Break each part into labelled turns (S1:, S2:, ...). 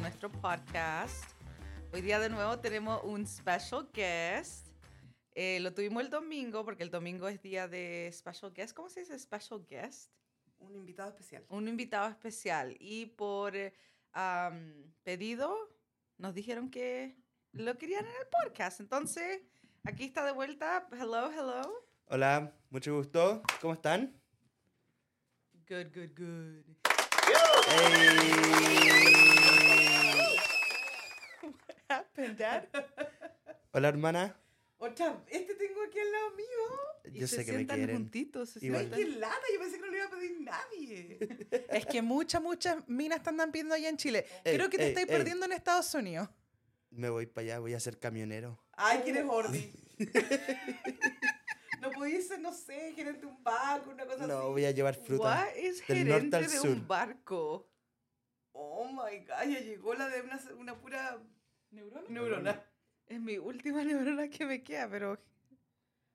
S1: nuestro podcast. Hoy día de nuevo tenemos un special guest. Eh, lo tuvimos el domingo porque el domingo es día de special guest. ¿Cómo se dice special guest?
S2: Un invitado especial.
S1: Un invitado especial. Y por eh, am, pedido nos dijeron que lo querían en el podcast. Entonces, aquí está de vuelta. Hello, hello.
S3: Hola, mucho gusto. ¿Cómo están?
S1: Good, good, good.
S3: Hey.
S1: Happened, Dad.
S3: Hola, hermana.
S2: Otra, este tengo aquí al lado mío.
S1: Y
S3: Yo
S1: se
S3: sé que me
S1: sientan
S3: quieren.
S1: juntitos, se
S3: Igual.
S2: Ay,
S1: sientan.
S2: qué lata, yo pensé que no le iba a pedir nadie.
S4: Es que muchas, muchas minas te andan pidiendo allá en Chile.
S3: Ey,
S4: Creo que te
S3: ey,
S4: estáis
S3: ey.
S4: perdiendo en Estados Unidos.
S3: Me voy para allá, voy a ser camionero.
S2: Ay, que eres gordi. no pudiese, no sé, gerente de un banco, una cosa
S3: No,
S2: así.
S3: voy a llevar fruta.
S1: What es
S3: del
S1: gerente
S3: norte al
S1: de
S3: sur.
S1: un barco?
S2: Oh my god, ya llegó la de una, una pura
S4: ¿Neurona?
S2: neurona.
S1: Es mi última neurona que me queda, pero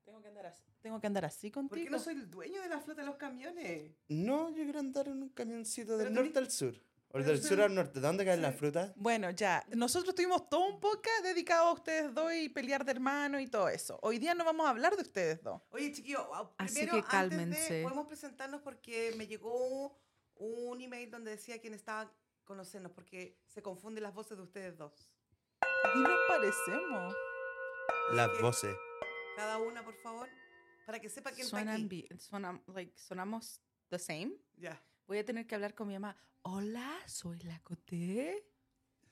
S4: Tengo que andar así. Tengo que andar así
S2: ¿Por qué
S4: contigo.
S2: no soy el dueño de la flota de los camiones?
S3: No, yo quiero andar en un camioncito
S2: Pero
S3: del
S2: tenés-
S3: norte al sur. O
S2: pero
S3: del
S2: tú-
S3: sur al norte. ¿De dónde caen
S2: sí.
S3: las frutas?
S4: Bueno, ya. Nosotros tuvimos todo un podcast dedicado a ustedes dos y pelear de hermano y todo eso. Hoy día no vamos a hablar de ustedes dos.
S2: Oye, chiquillo, wow,
S1: Así
S2: primero,
S1: que
S2: antes
S1: cálmense.
S2: de, podemos presentarnos porque me llegó un email donde decía quién estaba conocernos porque se confunden las voces de ustedes dos.
S4: Y nos parecemos.
S3: Las
S2: que-
S3: voces.
S2: Cada una, por favor, para que sepa quién está
S1: suenan
S2: aquí.
S1: bien. Suenan, like, sonamos the same.
S2: Ya.
S1: Voy a tener que hablar con mi mamá. Hola, soy la Coté.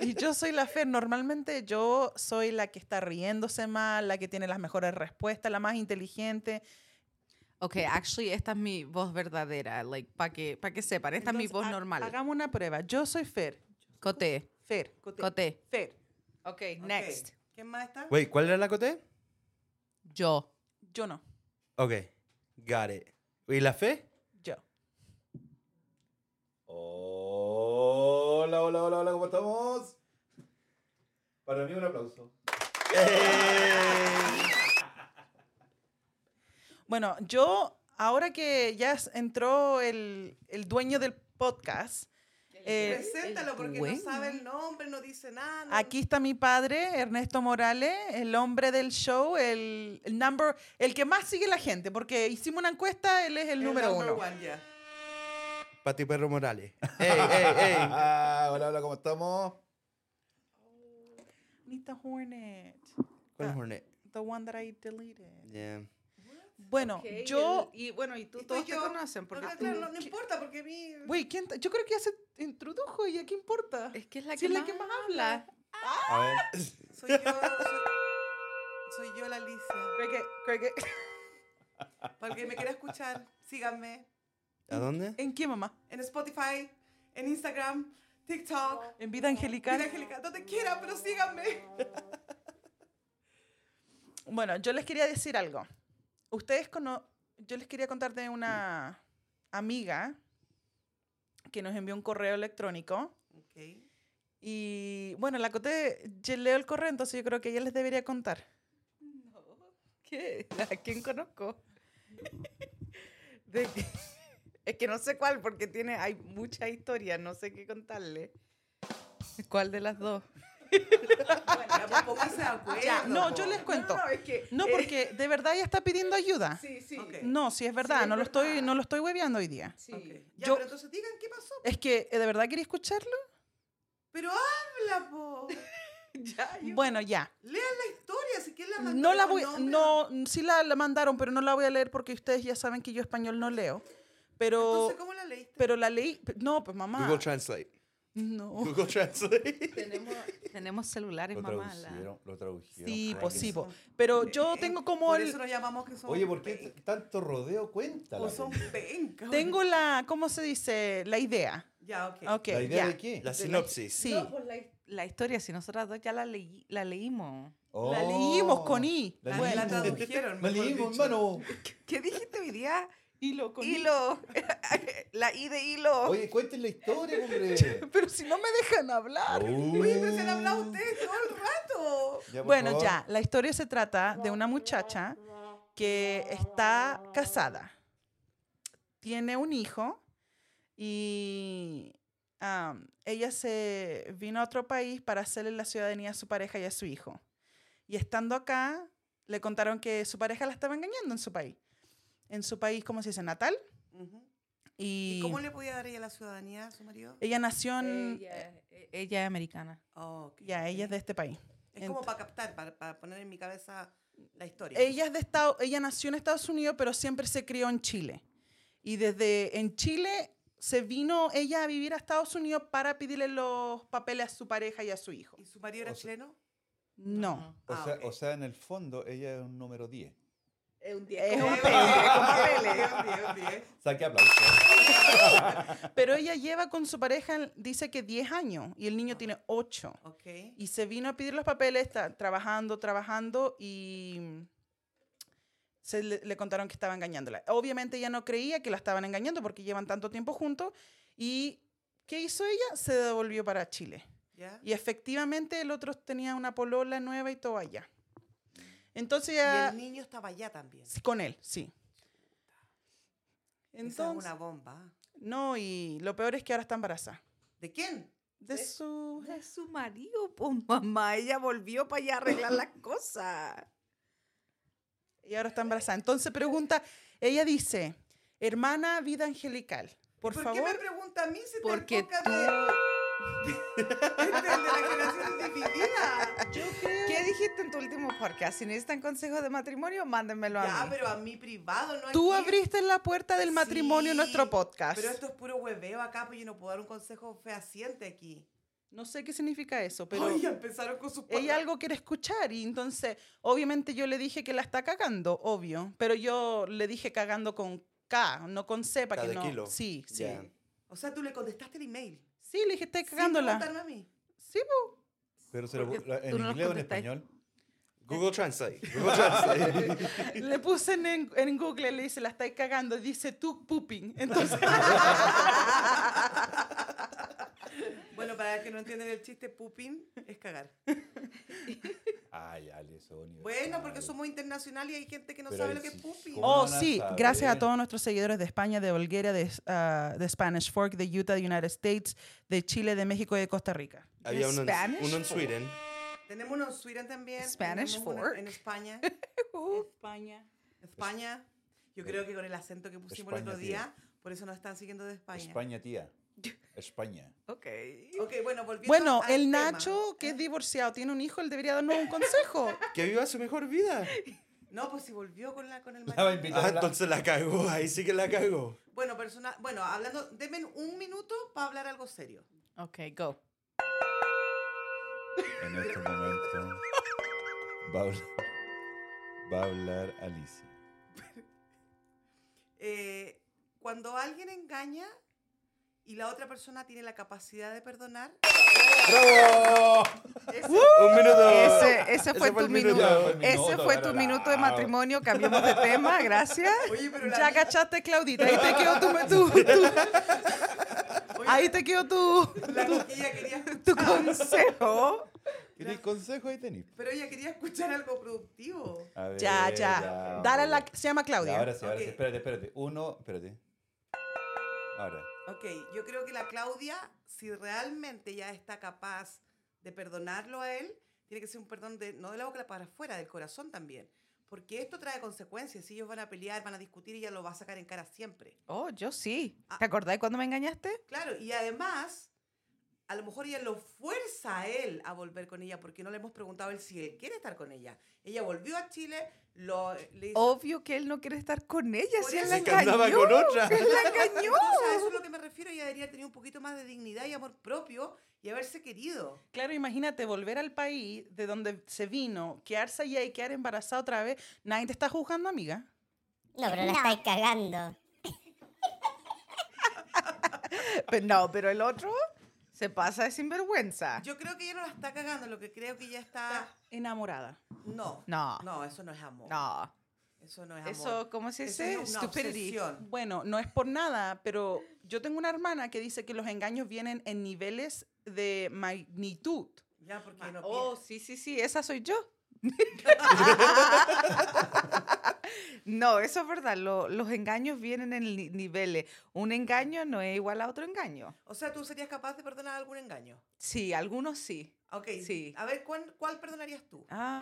S4: Y yo soy la Fer. Normalmente yo soy la que está riéndose más, la que tiene las mejores respuestas, la más inteligente.
S1: Ok, actually, esta es mi voz verdadera. Like, para que, pa que sepan, esta es mi voz
S4: Entonces, ha-
S1: normal.
S4: Hagamos una prueba. Yo soy Fer.
S1: Coté,
S4: Fer.
S1: Coté.
S4: Fer.
S1: Ok,
S2: Ok,
S1: next.
S2: ¿Quién más está?
S3: Wait, ¿cuál era la coté?
S1: Yo.
S4: Yo no.
S3: Ok, got it. ¿Y la fe?
S4: Yo.
S5: Hola, hola, hola, hola, ¿cómo estamos? Para mí un aplauso.
S4: Bueno, yo, ahora que ya s- entró el, el dueño del podcast, eh,
S2: Preséntalo porque
S1: dueño.
S2: no sabe el nombre, no dice nada. no-
S4: aquí está mi padre, Ernesto Morales, el hombre del show, el, el number, el que más sigue la gente, porque hicimos una encuesta, él es el, número
S2: number
S4: uno.
S2: one, ya.
S3: Pati Perro Morales. ¡Ey, ey, ey!
S5: Ah, hola, hola, ¿cómo estamos?
S4: Meet the Hornet,
S3: ¿Cuál
S4: Ah.
S3: es Hornet?
S4: the one that I deleted.
S3: Yeah.
S4: Bueno, yo...
S1: y bueno, y tú
S2: Y tú
S1: todos
S2: y yo.
S1: te conocen porque
S2: Ah,
S1: tú-
S2: claro, no, no importa porque a mí...
S4: Güey, ¿quién ta- yo creo que ya se introdujo y ya qué importa.
S1: es que es la,
S4: Sí,
S1: que, más habla.
S3: A ver.
S2: Soy yo, soy, soy yo la Alicia.
S4: Creo que, creo que...
S2: Para el que me quiera escuchar, síganme
S3: ¿A dónde?
S4: ¿En qué, mamá?
S2: en Spotify, en Instagram, TikTok,
S4: ¿En vida angelical?
S2: Mira, Angélica, donde quiera, pero síganme.
S4: Bueno, yo les quería decir algo. Ustedes cono yo les quería contar de una amiga que nos envió un correo electrónico
S2: Ok.
S4: y bueno, la Cote yo leo el correo, entonces yo creo que ella les debería contar.
S1: ¿Qué? ¿A quién conozco? De que- es que no sé cuál, porque tiene, hay mucha historia, no sé qué contarle. ¿Cuál de las dos?
S2: Bueno, tampoco se acuerda.
S4: Ya, no, yo les cuento.
S1: es que.
S4: No,
S1: eh,
S4: porque de verdad ella está pidiendo ayuda.
S1: sí, sí.
S2: Ok.
S4: No, sí es verdad,
S1: Sí, es
S4: no lo estoy
S1: verdad.
S4: no lo estoy hueveando hoy día.
S1: sí.
S2: Ok. Ya,
S4: Yo-
S2: pero entonces digan qué pasó.
S4: Es que eh, de verdad quería escucharlo.
S2: Pero habla, po.
S1: Ya, yo-
S4: Bueno, ya.
S2: Lean la historia, si quieren la mandó
S4: No la
S2: con
S4: voy,
S2: nombre.
S4: no, sí la, la mandaron, pero no la voy a leer porque ustedes ya saben que yo español no leo. Pero,
S2: Entonces, ¿cómo la leíste?
S4: pero la leí, pe- no, pues mamá.
S3: Google Translate.
S4: No.
S3: Google Translate.
S1: tenemos, tenemos celulares,
S5: Lo
S1: mamá.
S5: tradujeron, lo tradujeron.
S4: Sí,
S5: Ah,
S4: pues
S5: que
S4: sí,
S5: sí.
S4: po. Pero yo
S2: Eh,
S4: tengo como
S2: Por
S4: el,
S2: eso nos llamamos que pues, son
S5: Oye, ¿por qué t- tanto rodeo? Cuéntala.
S2: Pues son pencas.
S4: tengo la, ¿cómo se dice? La idea.
S2: Ya, ok.
S4: Ok,
S5: ¿La idea
S4: ya.
S5: de qué?
S3: La sinopsis.
S4: Sí.
S1: pues la, historia, si nosotras dos ya la, leí- la leímos.
S5: Oh.
S4: La leímos con I.
S2: La,
S4: Bueno.
S2: la tradujeron.
S5: La
S2: mejor
S5: leímos,
S2: dicho.
S5: hermano.
S1: ¿Qué dijiste hoy día?
S4: Hilo con I.
S1: Hilo. la I de hilo.
S5: Oye, cuenten la historia, hombre. Oh.
S4: Pero si no me dejan hablar.
S2: Oye, pero se han hablado ustedes todo el rato.
S5: por
S4: Bueno,
S5: favor.
S4: ya, la historia se trata de una muchacha que está casada, tiene un hijo y am, ella se vino a otro país para hacerle la ciudadanía a su pareja y a su hijo. Y estando acá, le contaron que su pareja la estaba engañando en su país. En su país, ¿cómo se dice? Natal.
S2: Ujú.
S4: Y,
S2: ¿Y cómo le podía dar ella la ciudadanía a su marido?
S4: ella nació en...
S1: Ella, e- ella es americana.
S2: Oh, ok,
S4: Ya, ella es
S2: ok.
S4: de este país.
S2: Es como
S4: Ent-
S2: para captar, para, para poner en mi cabeza la historia.
S4: Ella, es de Estado, ella nació en Estados Unidos, pero siempre se crió en Chile. Y desde en Chile se vino ella a vivir a Estados Unidos para pedirle los papeles a su pareja y a su hijo.
S2: ¿Y su marido era
S5: O sea-
S2: chileno?
S4: No.
S5: O,
S2: Ah,
S5: sea,
S2: ok.
S5: o sea, en el fondo, ella es un número 10.
S1: Es un
S4: Es
S1: como
S4: un
S1: papel, es como papel.
S5: Saque aplausos.
S4: Pero ella lleva con su pareja, el- dice que 10 años y el niño tiene 8.
S2: Ok.
S4: Y se vino a pedir los papeles, está trabajando, trabajando y se le, le contaron que estaba engañándola. Obviamente ella no creía que la estaban engañando porque llevan tanto tiempo juntos. ¿Y qué hizo ella? Se devolvió para Chile.
S2: ¿Ya?
S4: Y efectivamente el otro tenía una polola nueva y todo allá. Entonces
S2: Y
S4: ya...
S2: el niño estaba allá también.
S4: sí, Con él, sí.
S2: Esa es
S4: Entonces...
S2: una bomba.
S4: No, y lo peor es que ahora está embarazada.
S2: ¿De quién?
S4: De
S1: ¿Ves?
S4: su...
S1: De su marido, pues mamá, ella volvió para allá a arreglar las cosas.
S4: Y ahora está embarazada. Entonces pregunta, ella dice, hermana vida angelical, por,
S2: ¿Por qué me
S4: favor...
S2: pregunta a mí si
S1: Porque
S2: te tú... de... Este es de la generación dividida.
S1: ¿Qué dijiste en tu último podcast? Si necesitan consejos de matrimonio, mándenmelo a
S2: Ya,
S1: mí.
S2: pero a mí privado, no
S4: Tú
S2: aquí.
S4: abriste la puerta del matrimonio en nuestro
S2: Sí,
S4: podcast.
S2: Pero esto es puro hueveo acá, pues yo no puedo dar un consejo fehaciente aquí.
S4: No sé qué significa eso, pero...
S2: Ay, ya empezaron con sus
S4: ella
S2: palabras.
S4: algo quiere escuchar y entonces obviamente yo le dije que la está cagando, obvio, pero yo le dije cagando con K, no con C para que
S3: K de
S4: no.
S3: kilo.
S4: Sí, sí.
S3: Ya.
S2: O sea, tú le contestaste el email.
S4: Sí, le dije, está
S2: sin
S4: cagándola.
S2: preguntarme a mí.
S4: Sí, po.
S5: Pero se lo,
S1: Porque
S5: la-
S1: tú
S5: en
S1: no nos
S5: inglés o en
S1: contestáis.
S5: español.
S3: Google Translate. Google Translate.
S4: le puse en, en- en Google, le dice, la estáis cagando, dice tú pooping. Entonces,
S2: Bueno, para los que no entienden el chiste, pupin es cagar.
S5: Ay, Ale, eso es universal.
S2: Bueno, porque somos internacionales y hay gente que no
S5: Pero
S2: sabe
S5: ahí
S2: lo que es
S5: sí,
S2: pupin.
S5: ¿cómo?
S4: oh
S5: van a
S4: sí, gracias a
S5: saber?
S4: todos nuestros seguidores de España, de Bulgaria, de, ah, de Spanish Fork, de Utah, de United States, de Chile, de México y de Costa Rica.
S3: Había uno en,
S1: Spanish?
S3: uno en Sweden.
S2: Tenemos uno en Sweden también.
S1: Spanish
S2: tenemos uno
S1: fork.
S2: En España.
S4: España.
S2: España. Yo creo que con el acento que pusimos el
S5: España,
S2: otro día, por eso nos están siguiendo de España.
S5: España, tía. España.
S1: Ok.
S2: Ok, bueno, volviendo
S4: Bueno,
S2: al
S4: el
S2: tema.
S4: Nacho, que es divorciado, tiene un hijo, él debería darnos un consejo.
S3: Que viva su mejor vida.
S2: No, pues si volvió con, la, con el
S5: La va a
S2: marido.
S5: invitar.
S3: Ah, entonces la cagó. Ahí sí que la cagó.
S2: Bueno, persona, bueno, hablando, denme un minuto para hablar algo serio.
S1: Ok, go.
S5: En este momento va a hablar, va a hablar Alicia.
S2: Eh, cuando alguien engaña y la otra persona tiene la capacidad de perdonar,
S5: ¡Bravo! ¡Uh!
S3: Un minuto.
S1: Ese, ese fue tu
S3: el
S1: minuto.
S5: minuto.
S1: Ese
S5: Minuto,
S1: fue tu
S5: pero
S1: minuto
S5: la-
S1: de matrimonio. Cambiemos de tema, gracias.
S2: oye, pero la,
S4: Ya cachaste, Claudita. Ahí te quedó tu... tu- tu- ahí te quedó tu,
S2: la niña quería,
S1: Tu consejo.
S5: ¿Queréis consejo? Ahí tenéis.
S2: pero ella quería escuchar algo productivo.
S5: A ver,
S4: Ya, ya. Dale a la... Se llama
S5: Ya,
S4: Claudia.
S5: Ahora sí, ahora
S2: Ok.
S5: sí. Espérate, espérate. Uno, espérate. Ahora.
S2: Ok, yo creo que la Claudia, si realmente ya está capaz de perdonarlo a él, tiene que ser un perdón de, no de la boca para afuera, del corazón también. Porque esto trae consecuencias. Si ellos van a pelear, van a discutir, ella lo va a sacar en cara siempre.
S1: Oh, yo sí. ¿Te acordás cuando me engañaste?
S2: Claro, y además, a lo mejor ella lo fuerza a él a volver con ella porque no le hemos preguntado a él si él quiere estar con ella. Ella volvió a Chile, lo, le hizo-
S1: Obvio que él no quiere estar con ella.
S2: Por
S1: Si él
S2: eso
S1: la
S2: es
S3: que andaba
S1: engañó.
S3: con otra.
S1: Él la engañó.
S2: Entonces, a eso es lo que me refiero. Ella debería tener un poquito más de dignidad y amor propio y haberse querido.
S4: Claro, imagínate volver al país de donde se vino, quedarse allá y quedar embarazada otra vez. Nadie te está juzgando, amiga.
S6: No, pero la estáis cagando.
S1: Pero no, pero el otro se pasa de sinvergüenza.
S2: Yo creo que ella no la está cagando, lo que creo que ella está...
S4: Enamorada.
S2: No.
S1: No.
S2: No, eso no es amor.
S1: no.
S2: Eso no es amor.
S1: Eso, ¿cómo se
S2: Eso
S1: dice?
S2: es una
S1: Stupidity.
S2: obsesión.
S4: Bueno, no es por nada, pero yo tengo una hermana que dice que los engaños vienen en niveles de magnitud.
S2: Ya, porque no
S1: Oh,
S2: piensa.
S1: sí, sí, sí, esa soy yo. No, eso es verdad. lo- los engaños vienen en li- niveles. Un engaño no es igual a otro engaño.
S2: O sea, ¿tú serías capaz de perdonar algún engaño?
S1: Sí, algunos sí.
S2: Ok.
S1: Sí.
S2: A ver, ¿cuál, cuál perdonarías tú?
S1: Ah,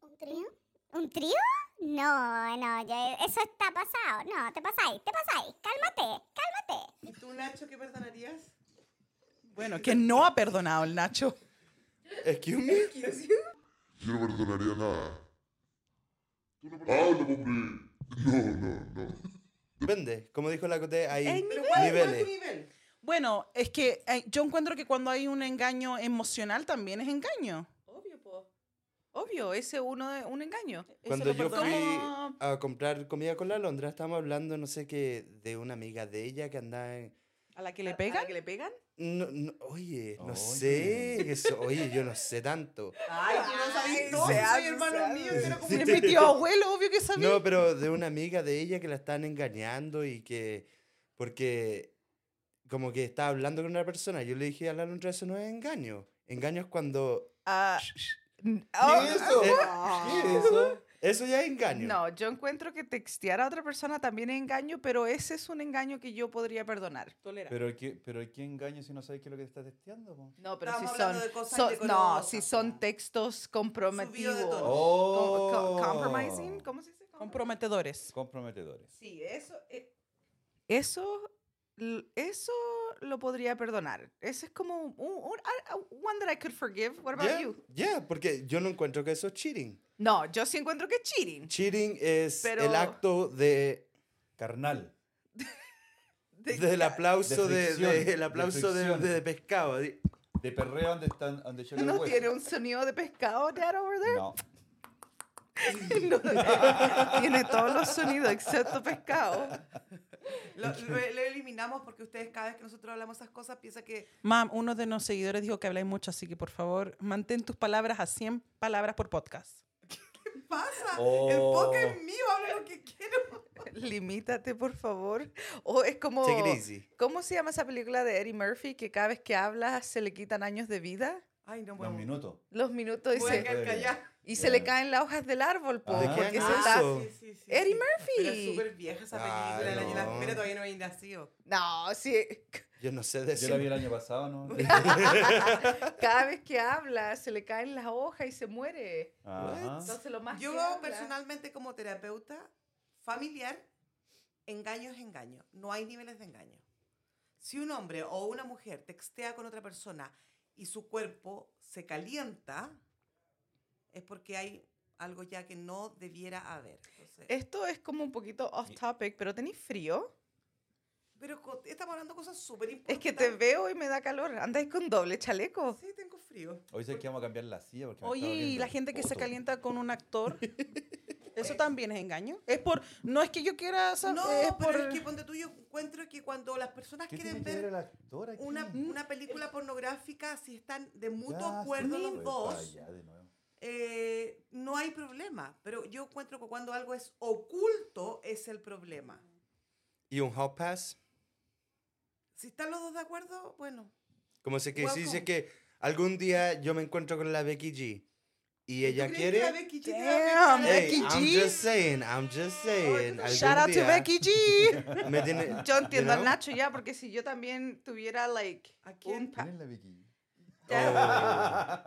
S6: ¿Un trío? ¿Un trío? No, no, ya- eso está pasado. No, te pasáis, te pasáis. Cálmate, cálmate.
S2: ¿Y tú, Nacho, qué perdonarías?
S4: Bueno, que no ha perdonado el Nacho.
S3: Excuse me.
S7: Yo no perdonaría nada. Habla, Ah, hombre. No, no, no.
S3: Depende. Como dijo la Cote, hay
S1: En
S2: Pero ¿cuál, cuál es
S3: niveles.
S2: tu nivel?
S4: Bueno, es que eh, yo encuentro que cuando hay un engaño emocional también es engaño.
S1: obvio, po. Obvio, ese uno es un engaño.
S3: Cuando yo fui
S1: perdono.
S3: a comprar comida con la Londra, estábamos hablando, no sé qué, de una amiga de ella que andaba en...
S1: ¿A la que
S4: le
S1: le pegan?
S4: pegan?
S1: que le pegan?
S3: No, no, oye, no
S5: Oye.
S3: sé. eso- oye, yo no sé tanto.
S2: Ay, tú no sabes
S1: Ay,
S2: todo,
S1: se
S2: soy
S1: hace,
S2: hermano
S1: se
S2: mío,
S1: hace.
S2: quiero como...
S4: Es mi tío abuelo, obvio que sabía.
S3: No, pero de una amiga de ella que la están engañando y que... Porque como que estaba hablando con una persona. Yo le dije a la Londra, eso no es engaño. Engaño es cuando...
S1: Ah,
S5: ¿Qué Oh, es eso?
S3: Eh,
S5: ¿Qué es eso?
S3: Eso ya es engaño.
S1: No, yo encuentro que textear a otra persona también es engaño, pero ese es un engaño que yo podría perdonar. Tolerar.
S5: Pero qué, pero qué engaño si no sabes qué es lo que te estás testeando. po?
S1: no, pero si
S2: Estamos
S1: son,
S2: hablando de cosas
S1: son- no,
S2: indecorosas,
S1: si son
S2: po.
S1: textos
S2: Subido de
S1: comprometivos.
S2: tono.
S1: Co-
S5: Oh.
S1: co- compromising, ¿cómo se dice? Comprom-
S4: Comprometedores.
S5: Comprometedores.
S1: Sí, eso eh, eso l- eso lo podría perdonar. Ese es como un, un- a- a- one that I could forgive. What about
S3: Ya,
S1: you?
S3: ya, porque yo no encuentro que eso es cheating.
S1: No, yo sí encuentro que es cheating.
S3: Cheating es
S1: Pero-
S3: el acto de
S5: Carnal.
S1: De-
S3: del aplauso
S5: de
S3: de,
S5: fricción,
S3: de- el
S5: de
S3: aplauso de,
S5: fricción.
S3: de pescado. así.
S5: De perreo donde están donde llega el
S1: ¿No
S5: hueso.
S1: tiene un sonido de pescado, Dad, over there?
S5: No.
S1: No, no, tiene todos los sonidos excepto pescado.
S2: Lo, lo- lo eliminamos porque ustedes cada vez que nosotros hablamos esas cosas piensan que...
S4: Mam, uno de los seguidores dijo que habláis mucho, así que por favor, mantén tus palabras a 100 palabras por podcast.
S2: ¿Qué pasa?
S5: Oh.
S2: El podcast es mío, hablo lo que quiero.
S1: Limítate, por favor. O es como.
S3: Take it easy.
S1: ¿Cómo se llama esa película de Eddie Murphy que cada vez que habla se le quitan años de vida?
S2: Ay, no
S5: Dos
S2: puedo.
S5: minutos.
S1: Los minutos y
S2: Voy a
S1: se,
S5: Puede-
S2: callar. Ah,
S1: y se le
S5: Claro.
S1: caen las hojas del árbol, po,
S5: ¿De qué
S1: porque
S3: Ah, ¿Qué es
S1: se
S3: año
S1: está.
S3: eso?
S2: sí, sí, sí,
S1: Eddie
S2: sí. Pero es
S1: Murphy.
S2: súper vieja esa
S3: Ah,
S2: película. la- la,
S3: no.
S2: espera todavía no había nacido.
S1: No, sí.
S3: Yo no sé de
S5: Yo
S3: eso.
S5: la vi el año pasado, ¿no?
S1: Cada vez que habla se le caen las hojas y se muere.
S3: Ah.
S5: Ajá.
S1: Entonces lo más
S2: Yo
S1: que habla-
S2: personalmente como terapeuta familiar, engaño es engaño. No hay niveles de engaño. Si un hombre o una mujer textea con otra persona y su cuerpo se calienta, es porque hay algo ya que no debiera haber. Entonces,
S1: Esto es como un poquito off topic, pero tenéis frío.
S2: pero co- estamos hablando de cosas súper
S1: Es
S2: importantes.
S1: que te veo y me da calor. Andáis con doble chaleco.
S2: Sí, tengo frío.
S5: Hoy sé que vamos a cambiar la silla porque me
S4: Oye,
S5: estaba
S4: y
S5: doliendo
S4: la
S5: el
S4: gente que se
S5: poto.
S4: calienta con un actor, eso también es engaño. Es por, no es que yo quiera saber,
S2: No,
S4: es
S2: pero
S4: por...
S2: es que ponte tú, yo encuentro que cuando las personas
S5: ¿Qué
S2: quieren
S5: tiene que ver
S2: ver
S5: el actor aquí?
S2: una,
S5: Ya,
S2: una película pornográfica, si están de mutuo
S5: se
S2: acuerdo
S5: fue
S2: los
S5: para
S2: dos,
S5: allá de nuevo.
S2: eh, no hay problema. Pero yo encuentro que cuando algo es oculto es el problema.
S3: Y un hot pass.
S2: Si están los dos de acuerdo, bueno.
S3: Como se que si dice
S2: Welcome.
S3: que algún día yo me encuentro con la Becky G. Y
S2: ¿Tú
S3: ella
S2: crees
S3: quiere.
S2: que la Becky G te va a
S4: Damn,
S2: pescar?
S4: Becky
S3: Hey, I'm
S4: G.
S3: just saying, I'm just saying. algún
S4: Shout out to
S3: día
S4: Becky G.
S3: me tiene-
S1: Yo entiendo
S3: you
S1: al
S3: know?
S1: Nacho ya, porque si yo también tuviera, like,
S2: ¿A
S1: un
S2: quién?
S1: pa-
S5: ¿Quién es la Vicky?
S3: Oh.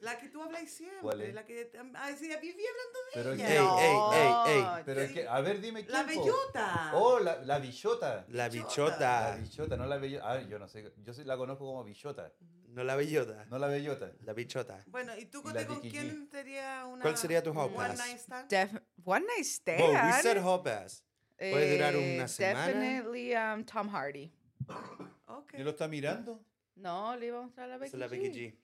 S2: La que tú hablas siempre.
S5: ¿Cuál es?
S2: La que. Ah, sí, ya viví hablando
S5: Pero es
S2: ella.
S5: que-
S3: Ey, ey, ey, ey.
S1: No,
S5: Pero es que, a ver, dime quién.
S2: La
S5: po.
S2: bellota.
S5: Oh, la, la billota.
S3: La
S5: La
S3: bichota.
S5: billota, no la bellota. Ah, yo no sé. Yo sí la conozco como billota,
S3: No la bellota.
S5: no la bellota.
S3: La bichota.
S2: Bueno, ¿y tú
S5: Y la
S2: Cote, con
S5: Vicky G.
S2: quién sería una.
S3: ¿Cuál sería tu hot
S2: One
S3: pass?
S2: night stand?
S1: def- one night
S3: Well, we said
S1: stand.
S3: hot pass. puede durar
S1: eh,
S3: una semana.
S1: Definitely um, Tom Hardy.
S2: Ok.
S5: ¿Y lo está mirando?
S1: No, le iba a mostrar a la Becky,
S3: Esa es la Becky
S1: G.
S3: G.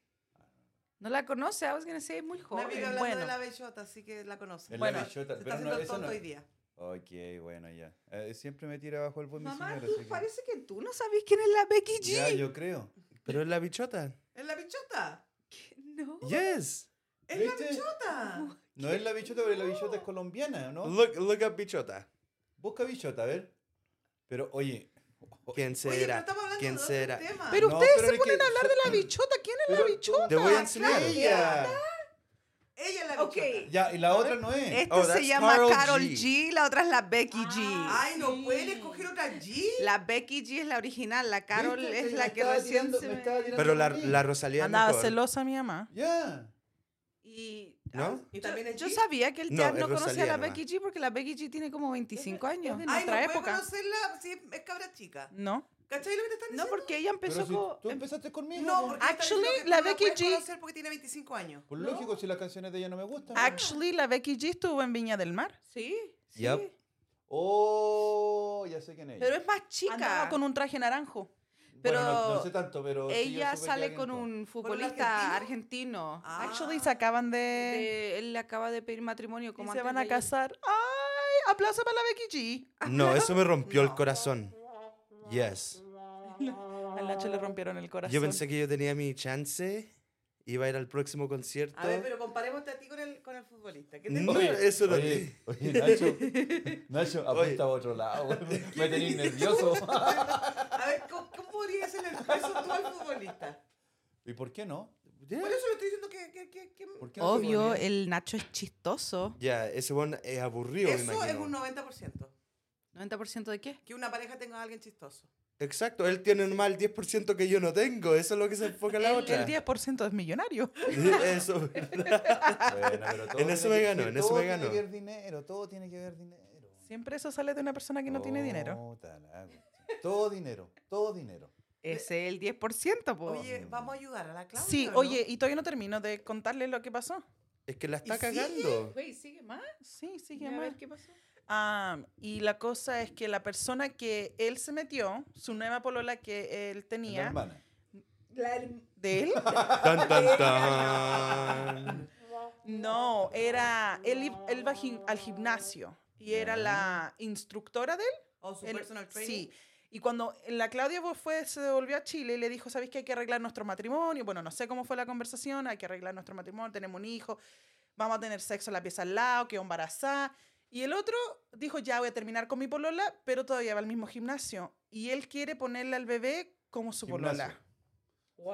S1: No la conoce, I was gonna say, es muy
S2: Una
S1: joven.
S2: amiga hablando
S4: Bueno.
S2: de la bellota, así que la conoce.
S5: Es
S4: Bueno,
S5: la bellota.
S2: Se está
S5: Pero no,
S2: haciendo el
S5: eso
S2: tonto
S5: no.
S2: hoy día.
S5: Ok, bueno, ya. Eh, siempre me tira abajo el buen mi
S1: Mamá,
S5: señora,
S1: tú
S5: así que-
S1: parece que tú no sabes quién es la Becky G.
S5: Ya, yo creo.
S3: Pero es la bichota.
S2: ¿Es la bichota?
S1: No.
S3: Yes.
S2: ¡Es
S5: ¿Viste?
S2: la bichota!
S5: No es la bichota, pero la bichota es colombiana, ¿no?
S3: Look, look up bichota.
S5: Busca bichota, a ver. Pero, oye. o-
S3: ¿Quién
S2: Oye, pero
S3: será?
S2: estamos hablando
S3: ¿Quién
S2: de
S3: será?
S2: otro tema.
S4: Pero
S5: No,
S4: ustedes
S5: pero
S4: se
S5: es que
S4: ponen a hablar de la
S5: so-
S4: bichota. ¿Quién es
S5: pero
S4: la
S5: tú-
S4: bichota?
S3: Te voy a enseñar.
S5: ella.
S2: Ella es la
S1: Ok.
S2: bichota.
S5: Ya, y la otra no es.
S1: Esta
S3: Oh,
S1: este se
S3: that's
S1: llama
S3: Karol
S1: Carol G.
S3: G.
S1: la otra es la Becky G.
S2: Ay, no puede escoger otra G.
S1: La Becky G es la original, la Carol
S5: ¿Viste?
S1: es
S5: Me
S1: la que
S5: estaba
S1: recién
S5: tirando-
S1: se
S5: me
S1: me-
S5: estaba tirando
S3: Pero la,
S5: a mí.
S3: la Rosalía es
S4: Andaba
S3: mejor,
S4: celosa mi mamá.
S5: Ya.
S1: Y
S3: ¿No?
S2: Y
S1: yo,
S2: también es
S1: yo
S2: G.
S1: sabía que el
S3: No,
S1: Tian
S3: es
S1: no, conocía a
S3: Rosalía
S1: la
S3: nomás.
S1: Becky G porque la Becky G tiene como 25 años en
S2: Ay, no
S1: otra
S2: puede
S1: época.
S2: conocerla si es cabra chica.
S4: No.
S2: ¿Cachai lo que te están
S1: No,
S2: diciendo?
S1: porque ella
S5: Pero
S1: empezó
S5: si
S1: con...
S5: tú empezaste conmigo.
S2: No,
S5: po.
S2: porque están
S4: Actually,
S2: diciendo que
S4: la
S2: tú no
S4: Becky
S2: puedes
S4: G-
S2: conocer porque tiene 25 años.
S5: Por lógico, si las canciones de ella no me gustan.
S1: Ah.
S5: po.
S4: Actually, la Becky G estuvo en Viña del Mar.
S1: Sí, sí.
S3: Yep.
S5: Oh, ya sé quién es.
S1: Pero es más chica.
S4: Andaba con un traje naranjo.
S5: Bueno, no- no,
S1: pero
S5: sé tanto, pero sí, yo
S1: Ella
S5: supe que
S1: sale
S5: alguien
S1: con
S5: fue.
S1: un futbolista argentino.
S2: Ah.
S4: Actually, se acaban de...
S1: Eh. De- él le acaba de pedir matrimonio
S4: y
S1: como
S4: se
S1: antes
S4: van
S1: de
S4: a
S1: ayer.
S4: casar. ¡Ay! ¡Aplauso para la Becky G!
S3: No, eso me rompió el
S2: No.
S3: corazón. Yes.
S4: Al Nacho
S1: Oh.
S4: le rompieron el corazón.
S3: Yo pensé que yo tenía mi chance, iba a ir al próximo concierto.
S2: A ver, pero comparémoste a ti con el, con el futbolista. ¿Qué te
S3: No, eso no
S5: oye, oye, Nacho, Nacho, apunta a otro lado. güey. Me tenés nervioso.
S2: A ver, ¿cómo, cómo podrías hacerle el peso tú al futbolista?
S5: ¿Y por qué no?
S3: Yeah.
S2: Por eso le estoy diciendo que... que, que, que-
S5: ¿Por qué no se
S1: Obvio,
S5: podría?
S1: el Nacho es chistoso.
S3: Ya, ese one es aburrido, me
S2: Eso es
S3: imagino.
S2: un 90%.
S1: ¿90% de qué?
S2: Que una pareja tenga a alguien chistoso.
S3: Exacto, él tiene más el 10% que yo no tengo. Eso es lo que se enfoca la
S4: El,
S3: otra.
S4: el 10% es millonario.
S3: eso,
S5: Bueno, pero todo
S3: En eso
S5: tiene
S3: me
S5: que-
S3: ganó,
S5: sí,
S3: en eso
S5: todo
S3: me
S5: tiene
S3: ganó.
S5: que ver dinero, todo tiene que ver dinero.
S4: Siempre eso sale de una persona que no tiene dinero.
S5: Puta la cuestión. Todo dinero, todo dinero.
S1: Ese es el 10%, po.
S2: Oye, vamos a ayudar a la Claudia.
S4: Sí,
S2: ¿o no?
S4: oye, y todavía no termino de contarles lo que pasó.
S3: es que la
S2: ¿Y
S3: está
S2: sigue?
S3: cagando.
S1: Güey, sigue más.
S4: Sí, sí,
S1: Ya, a
S4: más.
S1: ver qué pasó.
S4: Ah, y la cosa es que la persona que él se metió, su nueva polola que él
S5: La
S4: tenía,
S5: hermana.
S4: de él,
S3: Tan, tan, tan.
S4: no, era, él, i- él va gim- al gimnasio y era la instructora de él.
S2: O su
S4: él-
S2: personal training.
S4: sí. Y cuando la Claudia pues, fue, se devolvió a Chile y le dijo, ¿sabéis que hay que arreglar nuestro matrimonio? Bueno, no sé cómo fue la conversación, hay que arreglar nuestro matrimonio, tenemos un hijo, vamos a tener sexo en la pieza al lado, quedo embarazada. Y el otro dijo, ya voy a terminar con mi polola, pero todavía va al mismo gimnasio. Y él quiere ponerle al bebé como su polola.
S5: Gimnasio.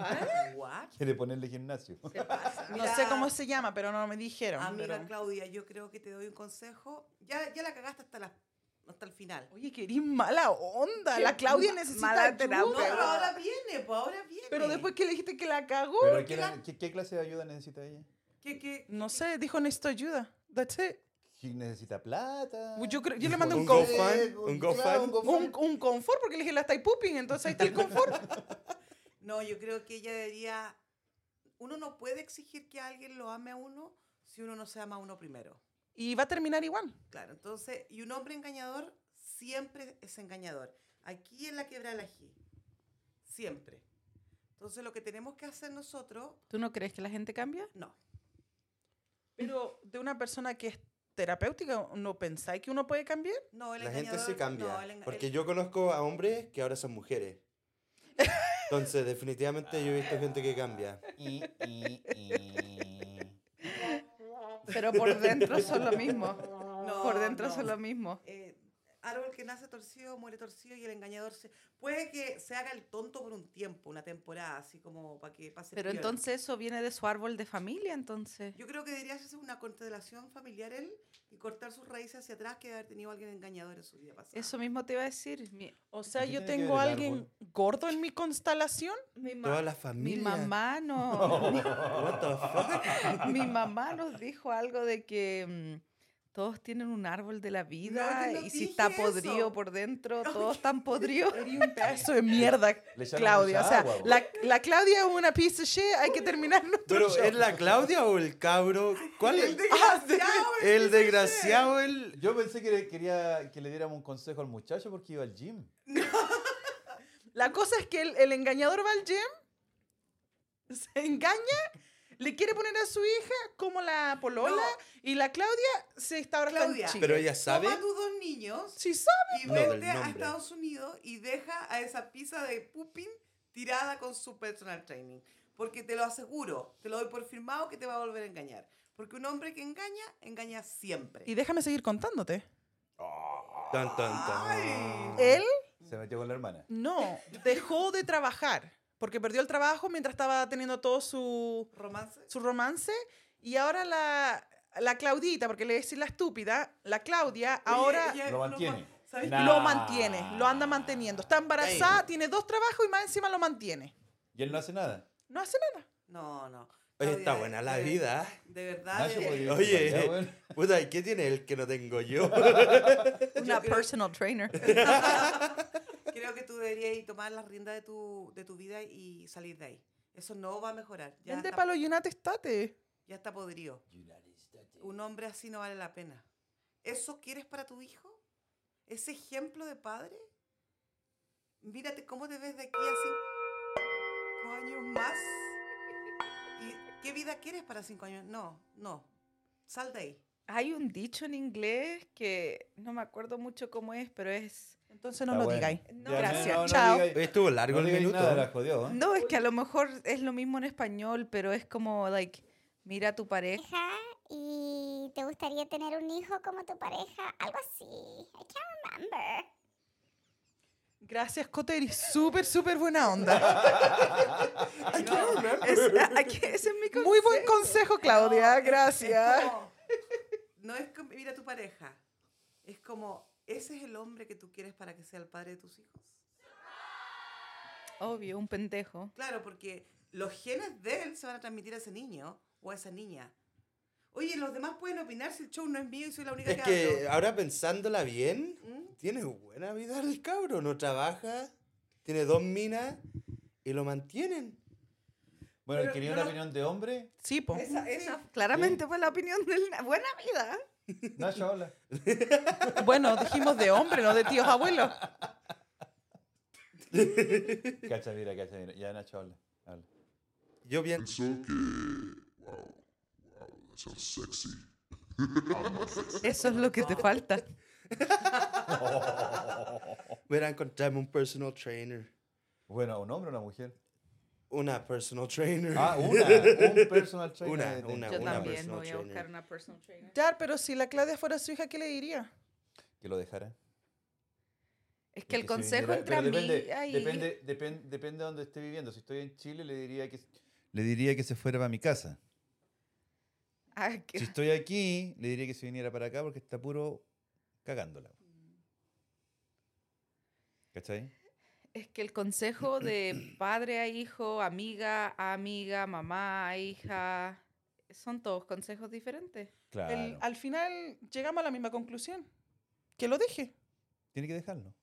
S2: Ah, What?
S5: Quiere ponerle gimnasio.
S2: ¿Qué pasa?
S4: No sé
S2: Mira,
S4: cómo se llama, pero no me dijeron.
S2: Amiga
S4: pero-
S2: Claudia, yo creo que te doy un consejo. Ya, ya la cagaste hasta, la, hasta el final.
S4: Oye, que eres mala onda.
S1: Qué
S4: La Claudia
S1: ma-
S4: necesita
S1: mala
S4: ayuda.
S1: terapia.
S2: No, pero ahora viene, pues ahora viene.
S4: Pero después que le dijiste que la cagó.
S5: Pero
S2: ¿qué
S5: ¿qué,
S2: la-
S5: qué- qué clase de ayuda necesita ella?
S2: ¿Qué, qué?
S4: No sé, dijo necesito ayuda. That's it.
S5: ¿Qui- ¿Necesita plata?
S4: Yo, creo- yo le mandé un,
S3: ¿Un
S4: confort.
S3: GoFund?
S5: Eh,
S3: ¿Un
S5: claro,
S3: GoFund?
S5: un GoFund.
S4: Un, un confort, porque le dije la estáis pooping, entonces ahí está el confort.
S2: No, yo creo que ella debería... Uno no puede exigir que alguien lo ame a uno si uno no se ama a uno primero.
S4: y va a terminar igual.
S2: Claro, entonces, y un hombre engañador siempre es engañador. Aquí en la quebra la G. Siempre. Entonces, lo que tenemos que hacer nosotros,
S1: ¿Tú no crees que la gente cambia?
S2: no.
S4: Pero de una persona que es terapéutica, ¿no pensáis que uno puede cambiar?
S2: No, el
S3: La gente
S2: engañador-
S3: se
S2: no,
S3: cambia.
S2: el enga-
S3: Porque
S2: el-
S3: yo conozco a hombres que ahora son mujeres. Entonces, definitivamente yo he visto gente que cambia.
S5: Y- y- y-
S1: Pero por dentro son lo mismo.
S2: no,
S1: por dentro
S2: no.
S1: son lo mismo.
S2: Eh, árbol que nace torcido, muere torcido y el engañador se... Puede que se haga el tonto por un tiempo, una temporada, así como para que pase
S1: Pero
S2: piola.
S1: entonces eso viene de su árbol de familia, entonces.
S2: Yo creo que debería hacerse una constelación familiar él y cortar sus raíces hacia atrás que debe haber tenido alguien engañador en su vida pasada.
S1: Eso mismo te iba a decir. Mi,
S4: O sea,
S5: ¿Y qué
S4: yo
S5: tiene que
S4: tengo a
S5: ver el
S4: alguien gordo en mi constelación.
S1: mi ma-
S3: Toda la
S1: mi
S3: familia.
S1: mamá no. mi-
S3: What the fuck?
S1: mi mamá nos dijo algo de que mm, todos tienen un árbol de la vida
S2: yo no
S1: y si está
S2: dije
S1: podrido
S2: eso.
S1: por dentro, todos están podridos.
S4: Eso es mierda,
S5: Le echaron
S4: Claudia. O
S5: mucha
S4: sea,
S5: agua, po.
S4: la, la Claudia es una piece de shit, hay que terminar nuestro
S3: ¿Pero
S4: show.
S3: es la Claudia o el cabro? ¿Cuál es?
S1: Ah,
S3: El desgraciado, el...
S5: Yo pensé que le- quería que le diéramos un consejo al muchacho porque iba al gym.
S4: La cosa es que el, el engañador va al gym, se engaña, le quiere poner a su hija como la polola
S2: No.
S4: y la Claudia se está ahora está en
S2: Claudia.
S4: Chile.
S3: Pero ella sabe.
S2: Toma a tus dos niños
S4: Sí sabe.
S2: y
S3: No, del
S2: vete a
S3: nombre.
S2: Estados Unidos y deja a esa pizza de Pupin tirada con su personal training. Porque te lo aseguro, te lo doy por firmado que te va a volver a engañar. Porque un hombre que engaña, engaña siempre.
S4: Y déjame seguir contándote.
S3: Tan, tan, tan.
S2: Ay.
S4: Él
S5: Se metió con la hermana.
S4: no, dejó de trabajar porque perdió el trabajo mientras estaba teniendo todo su,
S2: ¿Romance?
S4: su romance Y ahora la, la Claudita, porque le decía la estúpida, la Claudia ahora
S2: Oye, ella
S5: Lo
S2: no
S5: mantiene.
S2: ma- ¿sabes
S5: Nah.
S4: lo mantiene, lo anda manteniendo. Está embarazada,
S3: Damn.
S4: tiene dos trabajos y más encima lo mantiene.
S5: Y él no hace nada.
S4: No hace nada.
S2: qué? No, no.
S3: Oye,
S2: Claudia,
S3: está
S2: de-
S3: buena la
S2: de-
S3: vida.
S2: De
S5: Ah,
S2: verdad. eh,
S5: yo
S2: de-
S5: podría ir
S3: Oye.
S5: para allá, weón.
S3: Puta, ¿y qué tiene él que no tengo yo?
S1: Una personal trainer.
S2: Creo que tú deberías ir tomar las riendas de tu, de tu vida y salir de ahí. Eso no va a mejorar. Ya,
S4: Vente
S2: está,
S4: para los United States.
S2: ya está podrido. Un hombre así no vale la pena. ¿Eso quieres para tu hijo? ¿Ese ejemplo de padre? Mírate cómo te ves de aquí a cinco años más. ¿Y qué vida quieres para cinco años? No, no. Sal de ahí.
S1: Hay un dicho en inglés que no me acuerdo mucho cómo es, pero es...
S4: Entonces no
S5: Está
S4: lo
S5: bueno.
S4: digáis.
S1: No,
S5: Ya,
S1: gracias.
S5: no, no
S1: Chao.
S5: digáis-
S3: Oye, estuvo largo
S5: No
S3: el
S5: digáis
S3: minuto.
S5: nada, la jodió, ¿eh?
S1: No, es que a lo mejor es lo mismo en español, pero es como, like, mira a tu pareja.
S6: pareja y te gustaría tener un hijo como tu pareja, algo así. I can't remember.
S4: Gracias, Coteri. Súper, súper buena onda.
S1: Es, aquí, ese es mi consejo.
S4: Muy buen consejo, Claudia.
S2: No, es- es
S4: Gracias.
S2: como- no es como, mira tu pareja. Es como, ¿ese es el hombre que tú quieres para que sea el padre de tus hijos?
S1: Obvio, un pendejo.
S2: Claro, porque los genes de él se van a transmitir a ese niño o a esa niña. Oye, los demás pueden opinar si el show no es mío y soy la única
S3: Es
S2: que,
S3: que
S2: hablo.
S3: ahora pensándola bien,
S2: ¿Mm?
S3: tiene buena vida el cabro. No trabaja, tiene dos minas y lo mantienen.
S5: Bueno,
S2: Pero
S5: ¿quería
S2: no
S5: una
S2: lo-
S5: opinión de hombre?
S4: Oh, Sí, po.
S1: Esa, esa claramente fue la opinión de la buena vida.
S5: Nacho, hola.
S4: Bueno, dijimos de hombre, no de tíos abuelos.
S5: Cacha, mira, cacha, mira. Ya, Nacho, habla. habla.
S3: Yo bien.
S7: Pensó que. Wow. Wow, that sounds sexy.
S1: Eso es lo que te falta.
S3: Voy a ir a encontrarme un personal trainer.
S5: Bueno, ¿un hombre o una mujer?
S3: Una personal trainer.
S5: Ah, una. Un personal trainer.
S3: Una,
S5: de- de-
S3: una,
S1: Yo
S3: una
S1: también me
S3: personal
S1: voy a buscar
S3: trainer.
S1: una personal trainer.
S4: Ya, pero si la Claudia fuera su hija, ¿qué le diría?
S5: Que lo dejara.
S1: Es que el
S5: si
S1: consejo
S5: viniera-
S1: entre
S5: pero depende,
S1: amigas y-
S5: Depende, depen- depende de dónde esté viviendo. Si estoy en Chile, le diría que, le diría que se fuera para mi casa.
S1: Ah, que-
S5: Si estoy aquí, le diría que se viniera para acá porque está puro cagándola.
S1: Mm.
S5: ¿Cachai?
S1: Es que el consejo de padre a hijo, amiga a amiga, mamá a hija, son todos consejos diferentes.
S5: Claro.
S4: El- al final llegamos a la misma conclusión. Que lo deje.
S5: Tiene que dejarlo.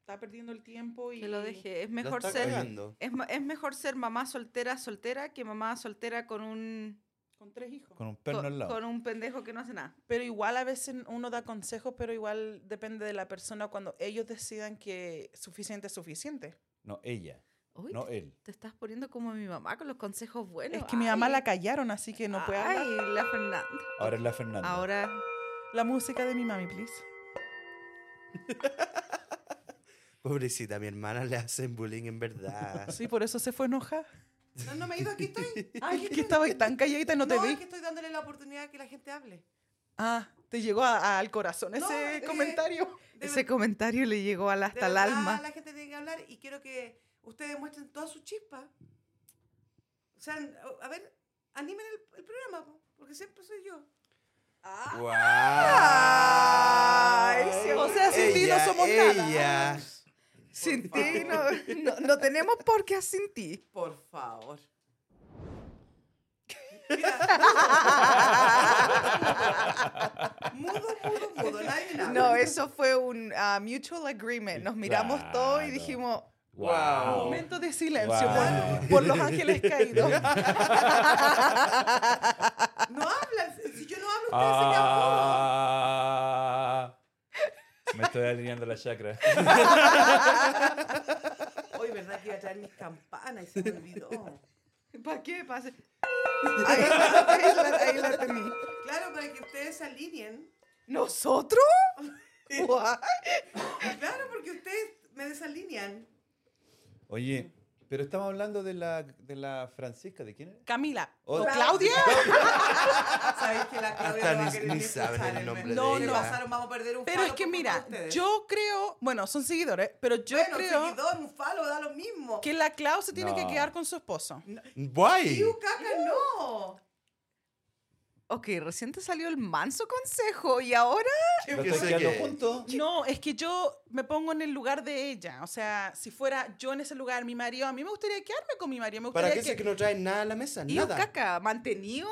S4: Está perdiendo el tiempo y...
S1: Que lo deje. Es
S3: La
S1: mejor
S3: está
S1: ser
S3: cagando.
S1: es, ma- es mejor ser mamá soltera soltera que mamá soltera con un
S4: Con tres hijos.
S5: Con un perno al
S1: con,
S5: lado.
S1: con un pendejo que no hace nada.
S4: Pero igual a veces uno da consejos, pero igual depende de la persona cuando ellos decidan que suficiente es suficiente.
S5: No, ella.
S1: Uy,
S5: No, eh.
S1: te,
S5: él.
S1: te estás poniendo como mi mamá con los consejos buenos.
S4: es que mi mamá
S1: Ay,
S4: la callaron, así que no puede hablar.
S1: Ay, la Fernanda.
S5: Ahora es la Fernanda.
S1: Ahora
S4: La música de mi mami, please.
S3: Pobrecita, mi hermana le hacen bullying en verdad.
S4: Sí, por eso se fue enojada.
S2: No, no me he ido, aquí estoy. Aquí
S4: Que
S2: estoy.
S4: estaba tan calladita y no te
S2: No,
S4: vi.
S2: es que estoy dándole la oportunidad de que la gente hable.
S4: Ah, te llegó a- a- al corazón
S2: No,
S4: ese
S2: eh,
S4: comentario.
S2: De
S1: ese
S2: ver-
S1: comentario le llegó al-
S2: de
S1: hasta el
S2: verdad,
S1: alma.
S2: La gente tiene que hablar y quiero que ustedes muestren toda su chispa. O sea, a ver, animen el, el programa, po, porque siempre soy yo.
S3: ¡Wow!
S4: O sea, sin ti no
S3: Ella,
S4: somos nada.
S3: ella.
S1: Sin ti no, no, no tenemos por qué sin ti.
S2: Por favor. mudo, mudo, mudo. Nadie me habla.
S1: No, eso fue un ah, mutual agreement. Nos miramos todos y
S5: Claro.
S1: dijimos,
S5: Wow.
S4: Momento de silencio
S5: Wow.
S4: por, por los ángeles caídos.
S2: No hablan. Si yo no hablo, ustedes se quedan mudos.
S5: Ah, me estoy alineando la chakra.
S2: Hoy, ¿verdad que iba a traer mis campanas y se me olvidó?
S1: ¿para qué pasa? Ahí la, ahí la- ahí la tení.
S2: Claro, para que ustedes se alineen.
S1: ¿Nosotros? What?
S2: Claro, porque ustedes me desalinean.
S5: Oye, pero estamos hablando de la, de la Francisca, ¿de quién era?
S4: Camila.
S5: Oh.
S4: ¿O Claudia?
S2: Sabéis que la Claudia
S3: Hasta
S2: no va a
S3: ni-
S2: querer
S3: ni
S2: ni
S3: saben
S2: escuchar
S3: el nombre
S2: No,
S4: de
S2: no.
S4: ella.
S2: Pasaron, vamos a perder un
S4: Pero es
S2: falo
S4: que
S2: por culpa de
S4: mira,
S2: ustedes.
S4: yo creo, bueno, son seguidores, pero yo
S2: bueno,
S4: creo
S2: un seguidor, un falo, da lo mismo.
S4: que la Clau se tiene que
S5: No.
S4: quedar con su esposo.
S3: Guay.
S2: Iu, caca, no.
S1: Ok, recién te salió el manso consejo y ahora.
S3: Yo
S5: ¿No están
S3: sé
S5: quedando
S3: que-
S5: juntos?
S4: No, es que yo me pongo en el lugar de ella. O sea, si fuera yo en ese lugar, mi marido, a mí me gustaría quedarme con mi marido. Me
S3: ¿Para
S4: gustaría
S3: qué sé que
S4: que...
S3: no traen nada a la mesa?
S1: Y un
S3: nada.
S1: caca, mantenido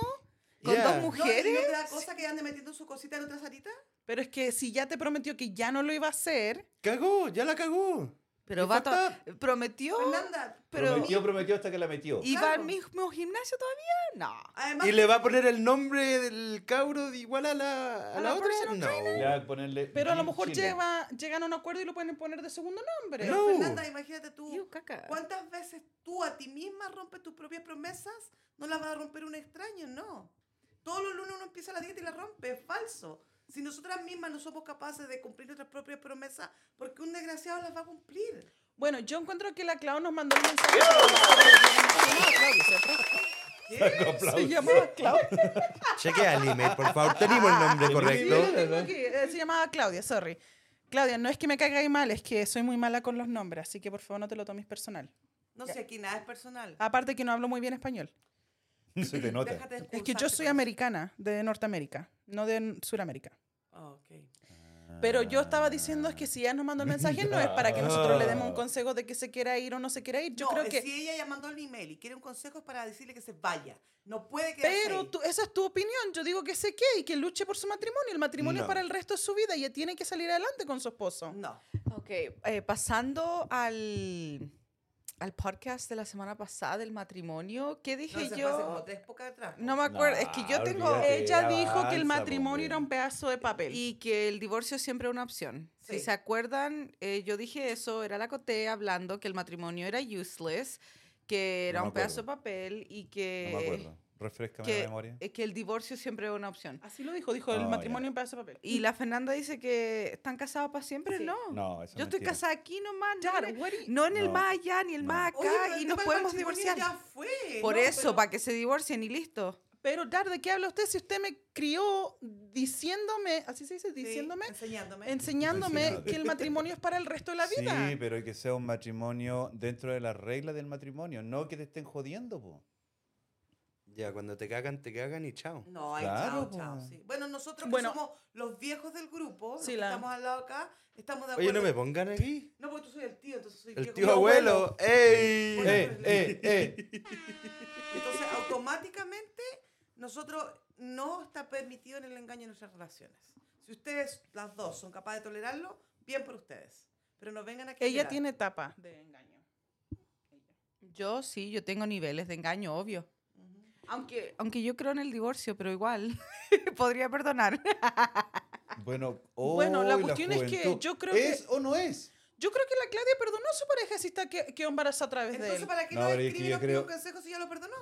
S1: con
S3: Yeah.
S1: dos
S2: No,
S3: No,
S2: ¿y ¿No
S1: mujeres.
S2: te da cosa que ande metiendo su cosita en otra zarita?
S4: Pero es que si ya te prometió que ya no lo iba a hacer,
S3: Cagó, ya la cagó.
S1: Pero
S3: ¿Y
S1: va
S3: falta?
S1: to- prometió.
S2: Fernanda,
S1: Pero-
S5: Prometió, prometió hasta que la metió.
S1: ¿Y va
S2: Claro.
S1: al mismo gimnasio todavía? No.
S2: además...
S3: ¿Y le va a poner el nombre del cabro de igual a la, a
S4: ¿A
S3: la
S4: la
S3: otra?
S4: personal
S5: Le
S3: No.
S5: va a ponerle
S4: pero a lo
S5: Jim
S4: mejor
S5: Chile.
S4: lleva, llegan a un acuerdo y lo pueden poner de segundo nombre.
S3: No.
S2: Fernanda, imagínate
S1: Y un
S2: tú,
S1: caca.
S2: ¿cuántas veces tú a ti misma rompes tus propias promesas? No las va a romper un extraño, no. Todos los lunes uno empieza la dieta y la rompe, es falso. Si nosotras mismas no somos capaces de cumplir nuestras propias promesas, ¿por qué un desgraciado las va a cumplir?
S4: Bueno, yo encuentro que la Clau nos mandó un mensaje.
S5: Sacó
S4: Se
S5: aplausos.
S4: llamaba Clau.
S3: Chequea el email, por favor. Tenemos el nombre
S4: Sí,
S3: correcto.
S4: lo tengo aquí. Eh, Se llamaba Claudia, sorry. Claudia, no es que me caiga mal, es que soy muy mala con los nombres, así que por favor no te lo tomes personal.
S2: No sé, aquí nada es personal.
S4: Aparte que no hablo muy bien español.
S5: Se te nota.
S2: Déjate
S4: Es que
S2: excusarte pues.
S4: yo soy
S2: con eso.
S4: americana, de Norteamérica, no de N- Suramérica.
S2: Ah, ok.
S4: Pero yo estaba diciendo es que si ella nos mandó el mensaje no es para que nosotros le
S5: Ah.
S4: demos un consejo de que se quiera ir o no se quiera ir. Yo
S2: no,
S4: creo
S2: eh,
S4: que...
S2: si ella ya mandó el email y quiere un consejo es para decirle que se vaya. No puede quedarse
S4: Pero
S2: ahí.
S4: tú- esa es tu opinión. Yo digo que se quede y que luche por su matrimonio. El matrimonio
S3: No.
S4: es para el resto de su vida y ella tiene que salir adelante con su esposo.
S2: No.
S1: Ok, eh, pasando al, al podcast de la semana pasada del matrimonio, ¿qué
S2: No,
S1: dije
S2: se fue hace como
S1: yo?
S2: tres pocas atrás.
S1: No me acuerdo, es que yo
S5: Nah,
S1: tengo...
S5: olvídate. pues,
S1: eh,
S4: Ella
S5: Ella
S4: dijo que
S5: avanza,
S4: el
S5: po,
S4: matrimonio era
S5: mira.
S4: un pedazo de papel.
S1: y que el divorcio siempre es una opción. Si
S2: Sí.
S1: se acuerdan, eh, yo dije eso, era la Coté hablando que el matrimonio era useless, que era
S5: No me
S1: un pedazo de
S5: acuerdo.
S1: papel y que...
S5: No me acuerdo. Refrescame
S1: que-
S5: la memoria.
S1: eh, que el divorcio siempre es una opción.
S4: Así lo dijo, dijo el
S5: Ah, ya.
S4: matrimonio un pedazo de papel.
S1: Y la Fernanda dice que están casados para siempre,
S4: Sí.
S1: no.
S5: No, eso
S1: Yo estoy
S5: mentira.
S1: casada aquí nomás, no
S4: Claro,
S1: en el-
S4: what do you-
S1: no en el
S5: No.
S1: más allá ni el
S5: No.
S1: más
S2: Oye,
S1: acá
S2: pero el
S1: y nos
S2: tema del
S1: podemos
S2: matrimonio
S1: divorciar.
S2: Ya fue.
S1: Por
S2: no,
S1: eso,
S2: pero-
S1: para que se divorcien y listo.
S4: Pero, Dar, ¿de qué habla usted si usted me crió diciéndome, así se dice,
S2: Sí,
S4: diciéndome,
S2: enseñándome.
S4: enseñándome
S5: Enseñándote.
S4: que el matrimonio es para el resto de la vida?
S5: Sí, pero que sea un matrimonio dentro de las reglas del matrimonio, no que te estén jodiendo, po.
S3: Ya, cuando te cagan, te cagan y chao.
S2: No, ay,
S5: Claro,
S2: chao, chao.
S5: po.
S2: sí. Bueno, nosotros que
S4: Bueno.
S2: somos los viejos del grupo,
S4: Sí,
S2: los que
S4: la-
S2: estamos al lado acá, estamos de
S3: Oye,
S2: acuerdo.
S3: no me pongan aquí.
S2: No, porque tú soy el tío, entonces soy
S3: El
S2: viejo.
S3: tío
S2: No,
S3: abuelo. ¡Ey!
S2: Oye,
S5: ¡Eh, eh, eh!
S2: Entonces, automáticamente, nosotros no está permitido en el engaño en nuestras relaciones. Si ustedes, las dos, son capaces de tolerarlo, bien por ustedes. Pero no vengan aquí. a
S4: Ella
S2: llorar.
S4: tiene etapa de engaño.
S1: Yo sí, yo tengo niveles de engaño, obvio.
S2: Ujú.
S1: Aunque, aunque yo creo en el divorcio, pero igual podría perdonar.
S5: Bueno,
S4: Bueno, la
S5: hoy
S4: cuestión es que
S5: juventud.
S4: yo creo que-
S5: ¿Es o no es?
S4: Yo creo que la Claudia perdonó a su pareja si está que, que embarazada a través de
S2: Entonces,
S4: él.
S2: ¿para qué
S5: No,
S2: nos
S5: pero es que
S2: escriben
S5: yo
S2: los primeros
S5: creo-
S2: consejos si ya lo perdonó?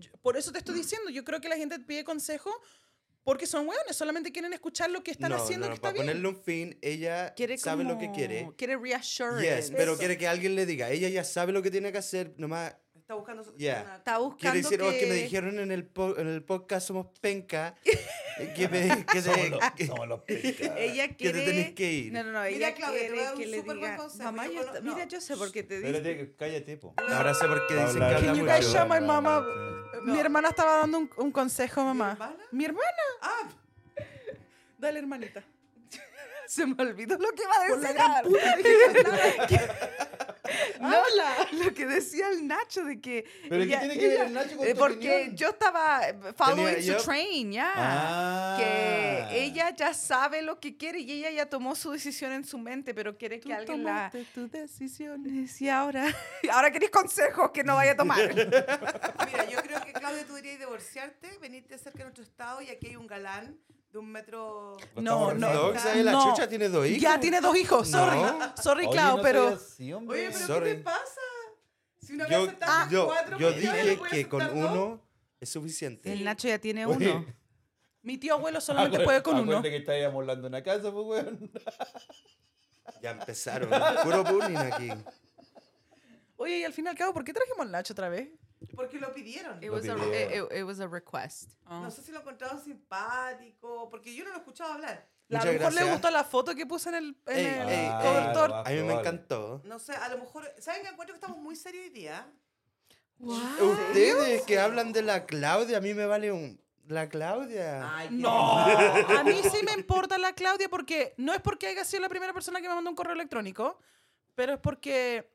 S4: Yo- Por eso te estoy diciendo, yo creo que la gente pide consejo porque son hueones, solamente quieren escuchar lo que están
S3: no,
S4: haciendo
S3: no,
S4: que está
S3: para
S4: bien.
S3: ponerle un fin, ella
S1: Quiere
S3: sabe lo que
S1: como-
S3: quiere.
S1: Quiere reassurance.
S3: Yes, pero
S4: Eso.
S3: quiere que alguien le diga. Ella ya sabe lo que tiene que hacer, nomás
S2: Está buscando su-
S3: Yeah.
S2: una-
S1: Está buscando
S3: Quiere decir,
S1: que...
S3: oh, es que me dijeron en el, po- en el podcast Somos Penca eh, que, me- que te-
S5: Somos los, somos los picas.
S1: Ella
S3: que
S1: quiere...
S3: te tenés que ir.
S1: No, no, no. Ella
S2: Mira, Claudia, te voy a
S1: quiere
S2: dar un
S1: que le
S2: súper buen
S1: diga...
S2: consejo,
S1: Mamá,
S2: yo
S1: yo
S2: cono-
S1: ta-
S2: no.
S1: mira, yo sé por qué te dije.
S5: Espérate, cállate, po.
S3: Ahora sé por qué
S5: Va a
S3: dicen que
S5: hablar
S3: habla
S4: Can you
S5: mucho.
S4: guys
S3: mucho.
S4: show my mama?
S2: No.
S4: Mi hermana estaba dando un, un consejo, mamá.
S2: hermana?
S4: ¿Mi hermana?
S2: Ah,
S4: Dale, hermanita.
S1: Se me olvidó lo que iba a decir. ahora. No,
S2: Ah.
S1: lo que decía el Nacho de que...
S5: ¿Pero qué
S1: ella-
S5: tiene que ver
S1: ella-
S5: el Nacho con
S1: Eh,
S5: tu
S1: porque
S5: opinión?
S1: yo estaba eh, following
S3: Tenía-
S1: su
S3: yo-
S1: train, ya.
S5: Ah.
S1: Que ella ya sabe lo que quiere y ella ya tomó su decisión en su mente, pero quiere que alguien la...
S4: tu decisión.
S1: Y ahora, ahora queréis consejos que no vaya a tomar.
S2: mira, yo creo que Claudia, tú deberías divorciarte, venirte cerca de nuestro estado y aquí hay un galán de un metro.
S4: No, no.
S3: Ortodoxa,
S2: está-
S3: eh, la
S4: no.
S3: chucha tiene dos hijos.
S4: Ya tiene dos hijos,
S3: No.
S4: sorry. Sorry,
S5: Oye,
S4: Clau,
S5: no
S4: pero...
S5: soy así, hombre.
S2: Oye, pero
S3: Sorry.
S2: ¿qué te pasa? Si una
S3: yo,
S2: vez aceptaste
S3: yo,
S2: cuatro,
S3: yo
S2: pues ya no
S3: dije
S2: puedes
S3: que con
S2: aceptar dos.
S3: uno es suficiente.
S1: El Nacho ya tiene
S5: Oye,
S1: uno.
S4: Mi tío abuelo solamente puede con uno.
S5: acuérdate que estábamos hablando en una casa, pues, weón.
S3: Ya empezaron. Puro bullying aquí.
S4: Oye, y al fin y al cabo, ¿por qué trajimos al Nacho otra vez?
S2: Porque lo pidieron.
S1: It was, a,
S5: pidieron.
S1: eh, eh, it was a request.
S2: No sé si lo encontraron simpático, porque yo no lo escuchaba hablar.
S4: La- a lo
S3: Muchas
S4: mejor le
S3: gracias.
S4: gustó la foto que puse en el, en
S3: Ey,
S4: el
S3: ey,
S4: cobertor.
S5: ey.
S3: A mí me
S5: Probable.
S3: encantó.
S2: No sé, a lo mejor. ¿Saben que encuentro que estamos muy serios hoy día?
S3: Ustedes que hablan de la Claudia, a mí me vale un... la Claudia.
S2: Ay, qué
S4: No,
S2: mal.
S4: a mí sí me importa la Claudia porque no es porque haya sido la primera persona que me mandó un correo electrónico, pero es porque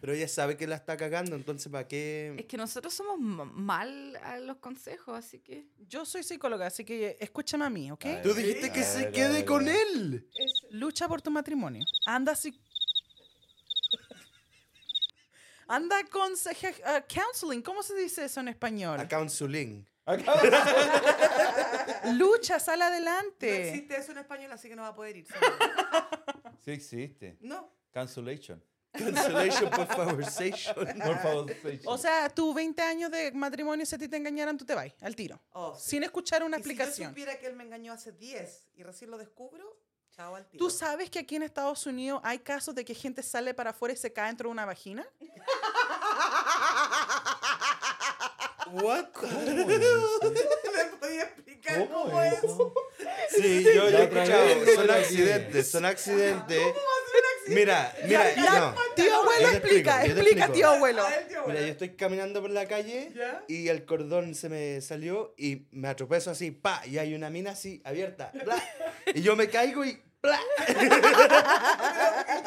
S3: Pero ella sabe que la está cagando, entonces ¿para
S1: Es
S3: qué?
S1: que nosotros somos ma- mal a los consejos, así que.
S4: yo soy psicóloga, así que escúchame a mí, ¿ok?
S5: Ay.
S3: Tú dijiste
S5: ¿Sí?
S3: que
S5: A
S3: se
S5: ver, a
S3: quede
S5: ver,
S3: con
S5: a ver.
S3: él.
S4: Lucha por tu matrimonio. Anda si... Anda con se- je- ah, counseling, ¿cómo se dice eso en español?
S3: A counseling.
S5: Acá-
S4: Lucha, sal
S2: No
S4: adelante.
S2: existe eso en español, así que no va a poder ir.
S5: sí existe.
S2: No.
S5: Cancellation.
S3: Cancellation por conversation.
S5: Por favor.
S4: O sea, tú 20 años de matrimonio, si a ti te engañaran, tú te vas al tiro.
S2: Oh, sí.
S4: Sin escuchar una
S2: Y si yo
S4: explicación.
S2: supiera que él me engañó hace 10 y recién lo descubro, chao al tiro.
S4: ¿Tú sabes que aquí en Estados Unidos hay casos de que gente sale para afuera y se cae dentro de una vagina?
S3: What?
S2: ¿Me podía explicar cómo,
S5: ¿Cómo
S2: es?
S5: eso?
S3: Sí, yo, yo he
S5: La otra vez,
S3: escuchado. Son
S5: la
S3: accidentes, son accidentes. Mira, mira, no.
S4: Tío abuelo,
S3: Yo te
S4: explica,
S3: explico, yo te
S4: explica,
S3: explico.
S4: tío abuelo.
S2: A ver, tío,
S3: Mira, yo
S2: bueno.
S3: estoy caminando por la calle
S2: ¿Ya?
S3: y el cordón se me salió y me atropezo así, pa, y hay una mina así abierta, bla, y yo me caigo y bla,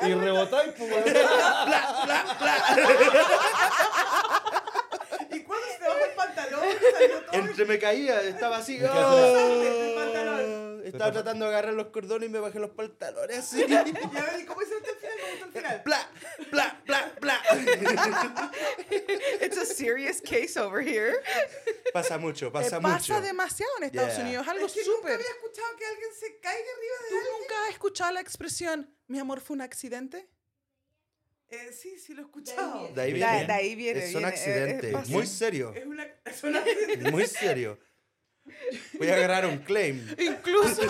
S5: Y rebotáis, pues, weón.
S3: bla, bla, bla.
S2: ¿Y cuándo se te bajó el pantalón? Salió todo
S3: Entre me caía, estaba así,
S5: Me quedé
S3: oh,
S2: atrás.
S3: estaba tratando de agarrar los cordones y me bajé los pantalones así,
S2: Y a ver, ¿y cómo hiciste el final? ¿Cómo hizo el final?
S3: bla, bla, bla, bla.
S1: It's a serious case over here.
S3: Pasa mucho,
S4: Eh,
S3: pasa
S4: Pasa,
S3: mucho.
S4: demasiado en Estados
S3: Yeah.
S4: Unidos, algo
S2: Es que nunca
S4: súper.
S2: había escuchado que alguien se caiga
S4: ¿Tú
S2: arriba de alguien.
S4: nunca has escuchado la expresión, mi amor, fue un accidente?
S2: Eh, sí, sí lo he escuchado.
S3: De ahí
S1: Da-
S3: viene.
S1: de ahí viene,
S3: Es un
S1: viene, eh,
S3: accidente.
S1: pasa.
S3: muy serio.
S2: Es una... Es una... Ay,
S3: Muy serio. Voy a agarrar un claim.
S4: Incluso.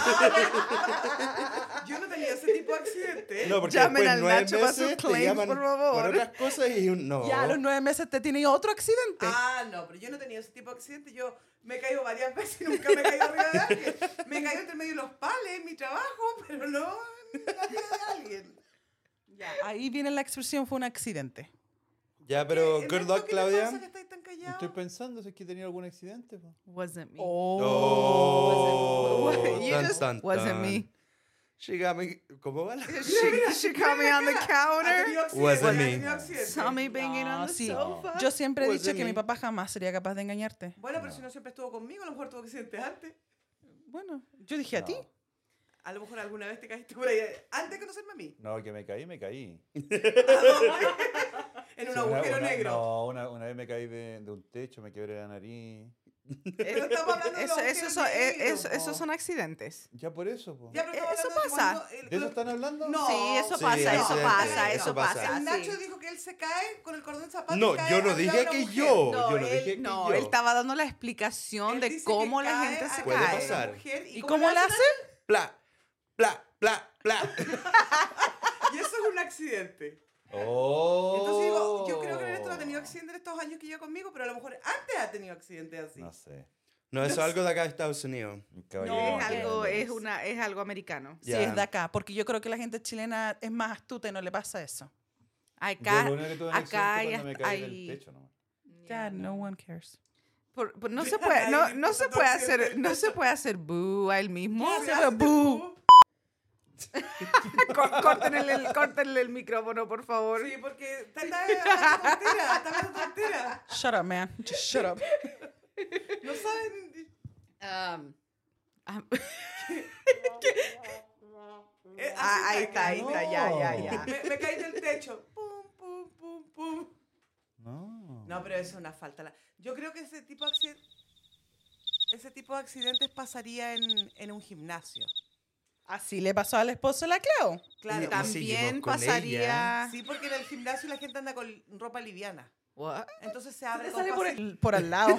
S2: yo no tenía ese tipo de accidente.
S3: No, porque
S1: Llamen
S3: después
S1: al
S3: nueve
S1: Nacho para sus
S3: meses te
S1: claims,
S3: llaman
S1: por favor.
S3: por otras cosas y un no.
S4: Ya a los nueve meses te tiene otro accidente.
S2: Ah, no, pero yo no he tenido ese tipo de accidente. Yo me he caído varias veces y nunca me he caído arriba de alguien. Me he caído entre medio de los pales en mi trabajo, pero no en la vida de alguien.
S4: Ya, Ahí viene la expresión, fue un accidente.
S3: Ya, pero
S2: ¿Qué-
S3: good
S2: Ernesto,
S3: luck,
S2: eh, ¿qué te
S3: Claudia.
S2: pasa que estáis tan callados?
S5: Estoy pensando si es que he tenido algún accidente. pues. po.
S1: Wasn't me.
S3: Oh,
S1: Wasn't- you
S3: tan,
S1: just-
S3: tan,
S1: wasn't
S3: tan.
S1: me.
S3: Llegame- ¿Cómo va la?
S1: She, she caught me on the
S2: Ha
S1: counter.
S2: tenido
S3: Was
S2: accidente,
S3: it
S2: ha
S3: me?
S2: tenido accidente.
S1: Saw me banging
S4: No,
S1: on the
S4: sí.
S1: sofa.
S4: Yo siempre he
S3: Pues
S4: dicho
S3: de
S4: que mi
S3: mí.
S4: papá jamás sería capaz de engañarte.
S2: Bueno, pero
S5: No.
S2: si no siempre estuvo conmigo, a lo mejor tuvo accidentes antes.
S4: Bueno, yo dije a ti.
S5: No.
S2: A lo mejor alguna vez te caíste por ahí antes de conocerme a mí.
S5: No, que me caí, me caí.
S2: En un
S5: Sí, una-
S2: agujero
S5: una-
S2: negro.
S5: No, una, una vez me caí de, de un techo, me quebré la nariz.
S2: Pero estamos hablando de un
S1: Eso,
S2: agujero
S1: eso son, eh,
S2: negro,
S1: eso-
S2: po.
S1: esos son accidentes.
S5: Ya por eso, po.
S2: Ya, pero estamos
S1: Eso
S2: hablando de
S1: pasa.
S2: cuando el-
S5: ¿De eso están hablando?
S2: No.
S1: Sí, eso
S3: Sí,
S1: pasa, eso
S3: accidente,
S1: pasa,
S2: eso
S1: eso
S3: pasa.
S1: pasa.
S2: El Nacho
S1: sí.
S2: dijo que él se cae con el cordón zapato. y
S3: No,
S2: cae
S3: yo
S2: al
S3: no
S2: lado de
S3: dije
S2: una
S3: que
S2: mujer.
S3: yo.
S1: No,
S3: yo no
S1: él,
S3: dije que
S1: no,
S3: yo.
S1: él estaba dando la explicación
S2: Él
S1: de
S2: dice
S1: cómo
S2: que
S1: la
S2: cae
S1: gente
S2: al
S1: se
S3: Puede
S2: lado de
S1: cae.
S2: una
S3: pasar.
S2: mujer
S4: ¿Y cómo la hace?
S3: Bla, bla, bla, bla.
S2: Y eso es un accidente.
S5: Oh.
S2: Entonces digo, yo creo que Ernesto no ha
S3: Oh.
S2: tenido accidente en estos años que lleva conmigo, pero a lo mejor antes ha tenido accidentes así.
S5: No sé.
S3: No, eso es algo de acá de Estados Unidos.
S5: Un caballero
S1: Es
S5: no
S1: algo,
S5: entiende.
S1: es una, es algo americano.
S4: Sí,
S3: Ya.
S4: es de acá, porque yo creo que la gente chilena es más astuta y no le pasa eso.
S5: Yo
S1: Acá,
S5: lo único que tuve un
S1: acá
S5: accidente
S1: hay-
S5: cuando me caí
S1: hay-
S5: del techo, ¿no?
S4: Dad, no one cares.
S1: por- por- no se puede, no, no se puede hacer, no se puede hacer boo a él mismo.
S2: Hace
S1: Pero boo.
S2: bú.
S1: Có- Córtenle el, córtenle el micrófono, por favor.
S2: Sí, porque está está hablando tontera, está hablando tontera.
S4: Shut up, man. Just shut up.
S2: No saben.
S1: Um, ah,
S2: eh,
S1: ah,
S2: así
S1: ahí está, ahí está, ya, ya, ya.
S2: Me, me caí del techo. Pum, pum, pum, pum.
S5: No.
S2: No, pero eso es una falta. La- Yo creo que ese tipo de accidentes, ese tipo de accidentes pasaría en, en un gimnasio.
S4: Así le pasó al esposo de la Clau.
S3: Y- y
S2: Claro.
S1: También
S3: seguimos con
S1: pasaría.
S2: Sí, porque en el gimnasio la gente anda con ropa liviana.
S1: What?
S2: Entonces se abre
S4: Le
S2: con
S4: sale por,
S2: facilidad.
S4: el- por al lado.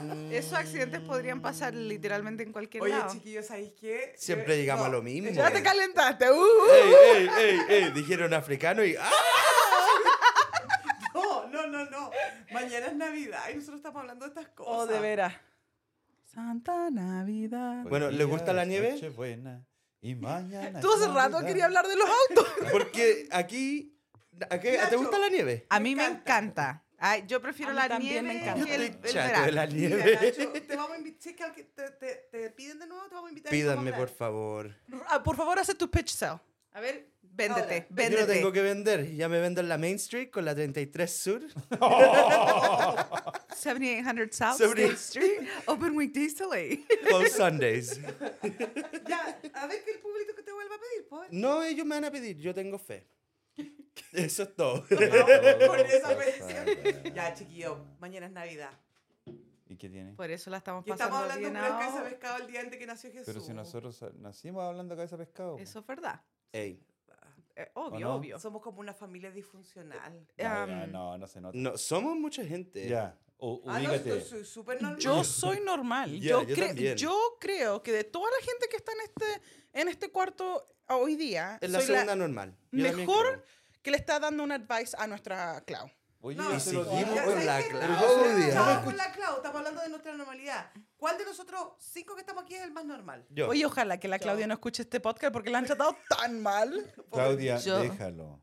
S3: Mm.
S1: Esos accidentes podrían pasar literalmente en cualquier
S2: Oye,
S1: lado.
S2: chiquillos, ¿sabéis qué?
S3: Siempre
S2: Yo-
S3: llegamos
S2: no,
S3: a lo mismo.
S4: ya te calentaste. uh, uh.
S3: Ey, ey, ey, ey, dijeron africano y ¡ah!
S2: No, no, no, no. Mañana es Navidad y nosotros estamos hablando de estas cosas.
S4: Oh, de veras. Santa Navidad.
S5: Hoy
S3: Bueno, ¿le
S5: día
S3: gusta la
S5: es
S3: nieve?
S5: Nochebuena y mañana.
S4: Tú hace
S5: es
S4: rato
S5: Navidad.
S4: quería hablar de los autos.
S3: Porque aquí, aquí- ¿Te
S2: Nacho.
S3: gusta la nieve?
S1: A mí me
S2: encanta.
S1: encanta. Ay, yo prefiero
S4: A mí
S1: la nieve
S4: también
S1: que
S4: me encanta.
S1: el,
S3: Estoy
S1: el
S3: chato de
S1: verano.
S3: la
S2: Mira,
S3: nieve.
S2: Nacho, te vamos a invitar. Si es que alguien te, te, te piden de nuevo, te vamos a invitar. y vamos a
S3: Pídanme,
S2: hablar.
S3: por favor.
S4: Ah, por favor, haz tu pitch sell.
S1: A ver, véndete,
S2: Ahora, yo
S3: Yo
S1: véndete.
S3: no tengo que vender. Ya me vendo en la Main Street con la 33 Sur.
S1: 7800 South
S3: Seventy-
S1: State Street, Open Weekdays Delay.
S3: Close Sundays.
S2: Ya, a ver que el público que te vuelva a pedir, por.
S3: No, ellos me van a pedir. Yo tengo fe. Eso es todo.
S2: Con esa petición. Ya, chiquillo, mañana es Navidad.
S5: ¿Y qué
S2: Pues
S5: tiene?
S1: Por eso la estamos
S2: Y
S1: pasando
S2: estamos hablando
S1: bien
S2: de un cabeza
S1: ahora.
S2: de pescado el día antes que nació Jesús.
S5: Pero si nosotros sa- nacimos hablando de cabeza de pescado.
S1: Eso es verdad.
S3: Ey,
S1: Eh, obvio,
S5: no?
S1: obvio.
S2: Somos como una familia disfuncional.
S5: No, pues. ya,
S1: um,
S5: no, no se nota.
S3: no, somos mucha gente.
S5: Ya, u-
S2: Ah, no,
S5: ubícate.
S2: soy- soy súper normal.
S4: Yo soy normal.
S3: Ya,
S4: yo,
S3: yo
S4: cre-
S3: también.
S4: yo creo que de toda la gente que está en este, en este cuarto hoy día,
S3: Es la
S4: soy la
S3: segunda normal. Yo también
S4: mejor
S3: creo.
S4: que le está dando un advice a nuestra Clau.
S5: Oye,
S2: No,
S5: yo
S3: Y
S5: se lo
S3: seguimos
S5: dije.
S2: Ya,
S3: con
S2: ¿sabes
S3: la
S2: qué?
S3: Clau.
S2: Estamos
S3: Todo
S2: hablando-
S3: día.
S2: estamos con la Clau, estamos hablando de nuestra normalidad. ¿Cuál de nosotros cinco que estamos aquí es el más normal?
S3: Yo.
S4: Oye, ojalá que la Claudia no escuche este podcast porque la han tratado tan mal.
S5: Claudia,
S1: Yo-
S5: déjalo.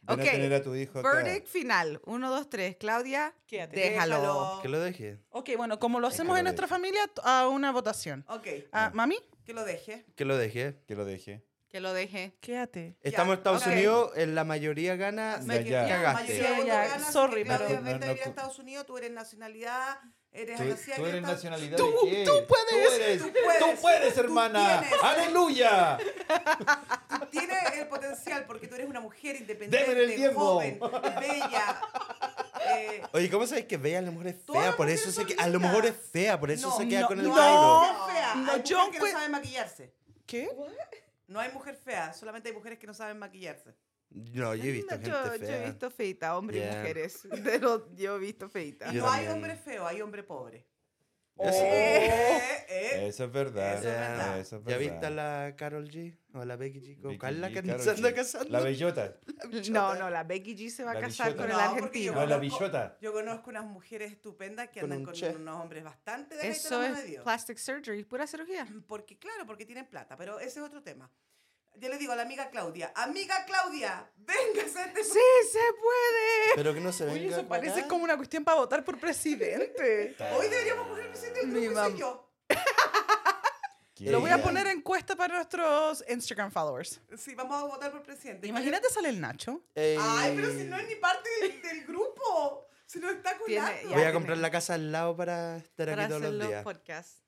S5: Ven
S1: Ok,
S5: a tener a tu hijo acá.
S1: Verdict final. Uno, dos, tres. Claudia,
S4: Quédate.
S1: déjalo.
S3: que lo dejé.
S4: Ok, bueno, como lo hacemos
S5: Déjalo,
S4: en nuestra familia, t- a una votación.
S2: Ok,
S4: Ah, mami,
S2: que lo deje.
S3: Que lo dejé.
S5: Que lo deje.
S1: Que lo deje.
S4: quédate.
S3: Estamos en Estados
S1: ok.
S3: Unidos, en la mayoría gana.
S2: Así
S5: Me-
S2: que
S5: ya.
S2: la
S3: Cagaste.
S2: mayoría de
S4: Sí,
S2: votos
S4: ya,
S2: gana, así que
S4: sorry,
S2: Claudia,
S5: pero-
S2: vete a
S5: No, no,
S2: vivir a
S5: cu-
S2: Estados Unidos, tú eres nacionalidad, eres
S5: Tú,
S2: agraciada
S5: tú
S2: que
S5: eres
S2: estás-
S5: nacionalidad
S4: Tú-
S5: de qué?
S4: tú puedes.
S5: eres-
S2: Tú
S5: tú puedes,
S2: puedes. Tú
S5: hermana.
S2: tienes.
S5: Aleluya.
S2: Tienes el potencial porque tú eres una mujer independiente,
S5: Deme el diezmo.
S2: joven, bella. Eh,
S3: Oye, ¿cómo sabes que Bella a lo mejor es
S2: Todas
S3: fea?
S2: las
S3: Por
S2: mujeres
S3: eso
S2: son
S3: se que a lo mejor es
S2: lindas.
S3: fea, por eso
S2: No,
S3: se queda
S4: no,
S3: con el
S4: no.
S3: Tauro.
S2: mujer fea.
S4: No,
S2: hay
S4: yo
S2: mujeres que no
S4: encue-
S2: saben maquillarse.
S4: ¿Qué?
S2: No hay mujer fea, solamente hay mujeres que no saben maquillarse.
S3: No, yo he visto gente
S1: Mm, yo, yo he
S3: fea.
S1: visto feita, hombres
S3: Yeah.
S1: y mujeres. De lo- yo he visto feita.
S2: Y
S3: Yo
S2: no hay
S3: también. Oh.
S2: hombre feo, hay hombre pobre.
S5: Eso,
S2: Eh, eh.
S5: eso es verdad.
S2: Eso es verdad.
S5: Ah, Eso es
S3: ¿Ya
S5: verdad.
S3: viste a la Carol G? ¿O a la Becky G? ¿Con
S5: Vicky
S3: Carla
S5: G,
S3: que
S5: Karol
S3: se anda
S5: G.
S3: casando?
S5: La bellota.
S1: No, no, la Becky G se va a
S5: La
S1: casar
S5: bichota.
S1: con el
S2: No, porque
S1: argentino.
S5: No, la
S2: conozco-
S5: billota.
S2: Yo conozco unas mujeres estupendas que
S3: Con
S2: andan
S3: un
S2: con
S3: chef.
S2: unos hombres bastante de
S1: Eso
S2: Eso
S1: es plastic surgery, pura cirugía.
S2: Porque, claro, porque tienen plata, pero ese es otro tema. Yo le digo a la amiga Claudia, amiga Claudia, véngase a este
S1: ¡Sí, se puede!
S3: Pero que no se venga
S4: Oye, eso
S3: para acá.
S4: parece como una cuestión para votar por presidente.
S2: Hoy deberíamos coger el presidente del
S4: Mi
S2: grupo, y soy
S4: mam-
S2: yo.
S4: Lo voy a poner encuesta para nuestros Instagram followers.
S2: Sí, vamos a votar por presidente.
S4: Imagínate sale el Nacho.
S3: Ey.
S2: Ay, pero si no es ni parte del, del grupo. Si no está
S1: Tiene-
S2: colando.
S1: ya
S3: Voy a
S1: tiene.
S3: comprar la casa al lado para estar
S1: Para
S3: aquí todos
S1: hacer
S3: los
S1: los
S3: días.
S1: podcasts.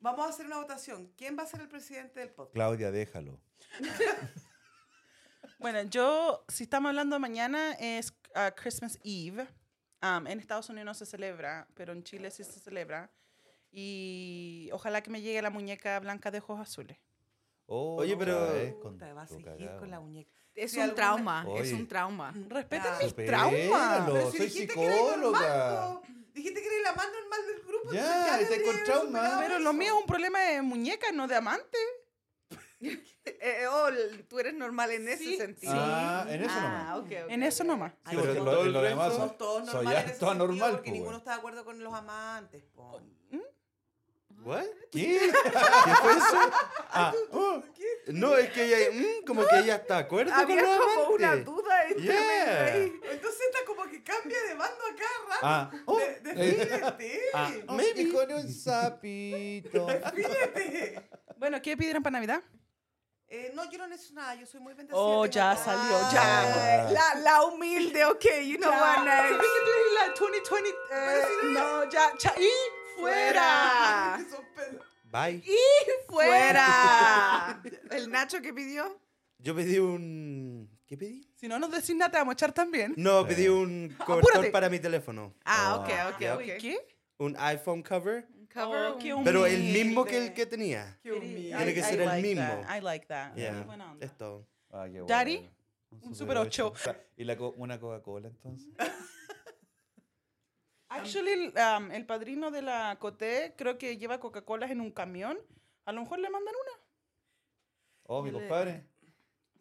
S2: Vamos a hacer una votación. ¿Quién va a ser el presidente del podcast?
S5: Claudia, déjalo.
S4: Bueno, yo, si estamos hablando mañana, es ah, Christmas Eve. Am, en Estados Unidos no se celebra, pero en Chile sí se celebra. Y ojalá que me llegue la muñeca blanca de ojos azules.
S5: Oh,
S3: Oye,
S5: no,
S3: pero-
S5: caes con
S2: Puta, va a
S5: tu
S2: seguir
S5: cagao.
S2: con la muñeca.
S1: Es
S2: Si
S1: un
S2: alguna-
S1: trauma, es
S5: Oye.
S1: un trauma.
S4: Mm. Respeten
S2: Ya.
S4: mis traumas.
S5: Supéralo.
S2: Pero si
S5: soy
S2: dijiste que eres normal,
S5: psicóloga.
S2: po. dijiste que eres la más normal del grupo.
S5: Ya,
S2: entonces
S5: está
S2: debería
S5: con
S2: haber
S5: trauma.
S2: superado
S4: Pero lo
S2: eso.
S4: mío es un problema de muñeca, no de amante.
S1: Eh, oh, l- tú eres normal en ese
S4: Sí,
S1: sentido.
S5: Ah, en eso
S1: ah,
S5: nomás.
S1: ok, ok,
S4: En eso
S1: ok.
S4: nomás.
S5: Sí,
S2: Ay,
S5: porque
S2: no,
S5: lo-
S2: todo
S5: en
S2: el
S5: lo
S2: resto
S5: demás
S2: somos todos
S5: soy
S2: normales. en
S5: ya
S2: ese
S5: todo
S2: sentido,
S5: normal.
S2: Porque
S5: po,
S2: ninguno
S5: weón.
S2: está de acuerdo con los amantes. po.
S3: ¿What?
S5: ¿Qué?
S3: ¿Qué fue eso? Ah, oh. No, es que ella, mm, como que ella está de
S5: Ah,
S3: acuerdo con
S1: Había
S3: los
S1: como una
S3: amantes.
S1: duda entre
S3: Yeah.
S1: medio ahí.
S2: Entonces está como que cambia de bando acá, rato.
S5: Ah, oh,
S2: De- Defínete.
S3: Ah,
S5: maybe.
S3: maybe.
S5: Con un sapito.
S2: Defínete.
S4: Bueno, ¿qué pidieron para Navidad?
S2: Eh, no, yo no necesito nada, yo soy muy bendecida.
S4: Oh,
S2: tengo
S4: ya
S2: todo.
S4: salió, ya.
S1: Ay, La, la humilde, ok, you know what, next.
S4: la 2020. eh, no, ya. cha- y
S1: Fuera.
S4: fuera.
S2: Que son pedos.
S3: Bye.
S1: Fuera. El Nacho que pidió.
S3: Yo pedí un... ¿Qué pedí?
S4: Si no nos decís nada, te vamos a echar también.
S8: Eh.
S3: No,
S5: Sí.
S3: pedí un cobertor
S4: Apúrate.
S3: para mi teléfono.
S1: Ah, ok, ok,
S3: ya.
S1: ok.
S4: ¿Qué?
S3: Un iPhone cover,
S1: Cover,
S4: Oh, qué
S1: un-
S3: pero el mismo que el
S4: Humilde.
S3: que tenía.
S2: Qué humilde.
S3: Tiene que ser el mismo.
S4: that, I like that.
S3: Yeah,
S4: Muy buena onda.
S3: es todo.
S5: Ah, qué bueno.
S4: Daddy, un super ocho.
S5: ¿Y la co- una Coca-Cola entonces?
S4: Actually, um, el padrino de la Coté creo que lleva Coca-Colas en un camión. A lo mejor le mandan una.
S5: Oh, mi
S1: Yo le-
S5: compadre.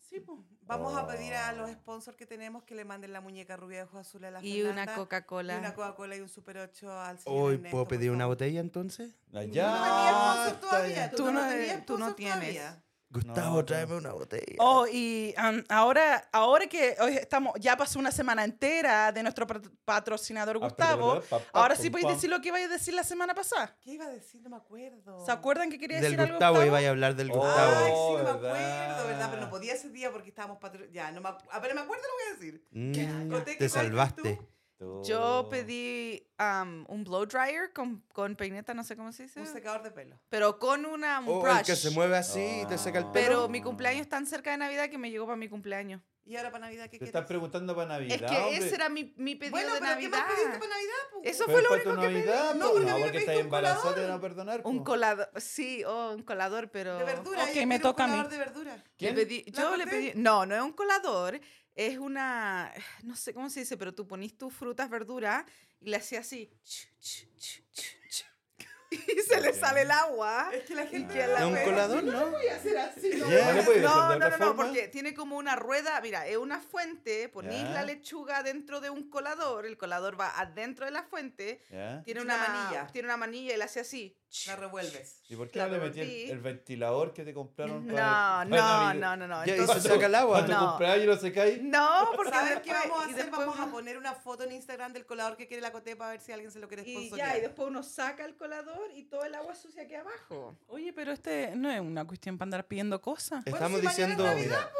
S4: Sí, pues.
S2: Vamos a pedir a
S5: Oh.
S2: los sponsors que tenemos que le manden la muñeca rubia de ojos azules a la
S1: Y una
S2: Fernanda,
S1: Coca-Cola.
S2: Y una Coca-Cola y un Super 8 al señor
S3: Hoy
S2: Ernesto,
S3: puedo
S2: por
S3: pedir una
S2: favor.
S3: botella entonces.
S5: Allá.
S2: No tenía sponsor
S5: está
S2: todavía.
S5: bien.
S1: Tú
S2: no,
S1: no-
S2: tenías
S1: tú no
S2: sponsor
S1: tienes.
S2: todavía.
S3: Gustavo,
S8: No,
S3: tráeme una botella.
S4: Oh, y am, ahora, ahora que hoy estamos, ya pasó una semana entera de nuestro pat- patrocinador Gustavo, ahora sí podéis decir lo que iba a decir la semana pasada.
S2: ¿Qué iba a decir? No me acuerdo.
S4: ¿Se acuerdan que quería
S3: del
S4: decir
S3: Gustavo,
S4: algo?
S3: y vaya a hablar del
S2: Ay,
S5: Oh.
S2: sí,
S3: Gustavo.
S2: no me acuerdo,
S5: ¿verdad?
S2: ¿verdad? Pero no podía ese día porque estábamos patro... Ya, no me... ac- apenas me acuerdo lo voy a decir.
S3: Mm,
S2: Conté que
S3: te
S2: cuál
S3: salvaste.
S2: eres tú,
S3: Oh.
S1: Yo pedí am, un blow dryer con, con peineta, no sé cómo se dice.
S2: Un secador de pelo.
S1: Pero con una, un
S3: O
S1: brush.
S3: Oh, el que se mueve así y te saca el
S5: Ah.
S3: pelo.
S2: Oh.
S1: Pero mi cumpleaños es tan cerca de Navidad que me llegó para mi cumpleaños.
S2: ¿Y ahora para Navidad qué
S5: Te
S2: quieres?
S5: estás preguntando para Navidad.
S1: es que
S5: hombre.
S1: ese era mi, mi pedido
S2: Bueno,
S1: de
S2: pero ¿qué
S1: Navidad.
S2: más pediste para Navidad? po?
S1: Eso
S5: Pero
S1: fue lo
S5: para tu
S1: único que pedí.
S2: No,
S5: Navidad, po.
S2: porque a
S5: No,
S2: mí me
S5: porque
S2: pediste
S5: estás
S2: un
S5: embarazada, te
S2: colador.
S5: van a perdonar.
S1: Un
S5: po.
S1: colador, sí, oh, un colador, pero...
S2: De verdura.
S4: Ok,
S2: yo
S4: me
S2: quiero
S4: toca a
S2: Un
S4: mí.
S2: colador de verdura.
S1: Le
S5: ¿Quién?
S1: pedí-
S2: ¿La
S1: yo le
S2: corté?
S1: pedí, no, no es un colador, es una, no sé cómo se dice, pero tú ponís tus frutas, verduras y le hacías así. ch, ch, ch, ch, ch, Y se le
S5: Ok.
S1: sale el agua.
S2: Es que la gente...
S1: que la
S3: ¿No un
S1: wea-
S3: colador, no?
S2: voy a hacer así. no
S5: Ya.
S2: voy a
S5: ¿Le
S2: hacer-
S1: No,
S5: puedes hacer de
S1: no, no,
S5: otra
S1: no,
S5: forma?
S1: porque tiene como una rueda, mira, es una fuente, ponís
S5: Ya.
S1: la lechuga dentro de un colador, el colador va adentro de la fuente,
S5: ¿Ya?
S1: tiene
S2: Y
S1: una,
S2: una
S1: manilla,
S2: manilla.
S1: tiene una manilla y le hace así. ch,
S2: La revuelves.
S5: ¿Y por qué
S1: La
S5: no le metí el,
S1: revolví.
S5: el ventilador que te compraron
S1: No,
S5: para,
S1: no, no, no, no.
S3: Ya,
S5: Para
S3: y se
S1: Entonces,
S3: saca el agua.
S5: ¿Para tu
S1: No.
S5: cumpleaños lo secáis?
S1: no, porque
S2: ¿Sabes qué
S1: después-
S2: vamos a
S1: y
S2: hacer?
S1: después
S2: Vamos a poner una foto en Instagram del colador que quiere la Coté para ver si alguien se lo quiere
S1: Y ya, y
S2: sponsorear.
S1: después uno saca el colador y todo el agua sucia que abajo.
S4: Oye, pero este no es una cuestión para andar pidiendo cosas.
S3: Estamos
S2: si mañana es
S3: diciendo.
S2: Navidad,
S3: mira,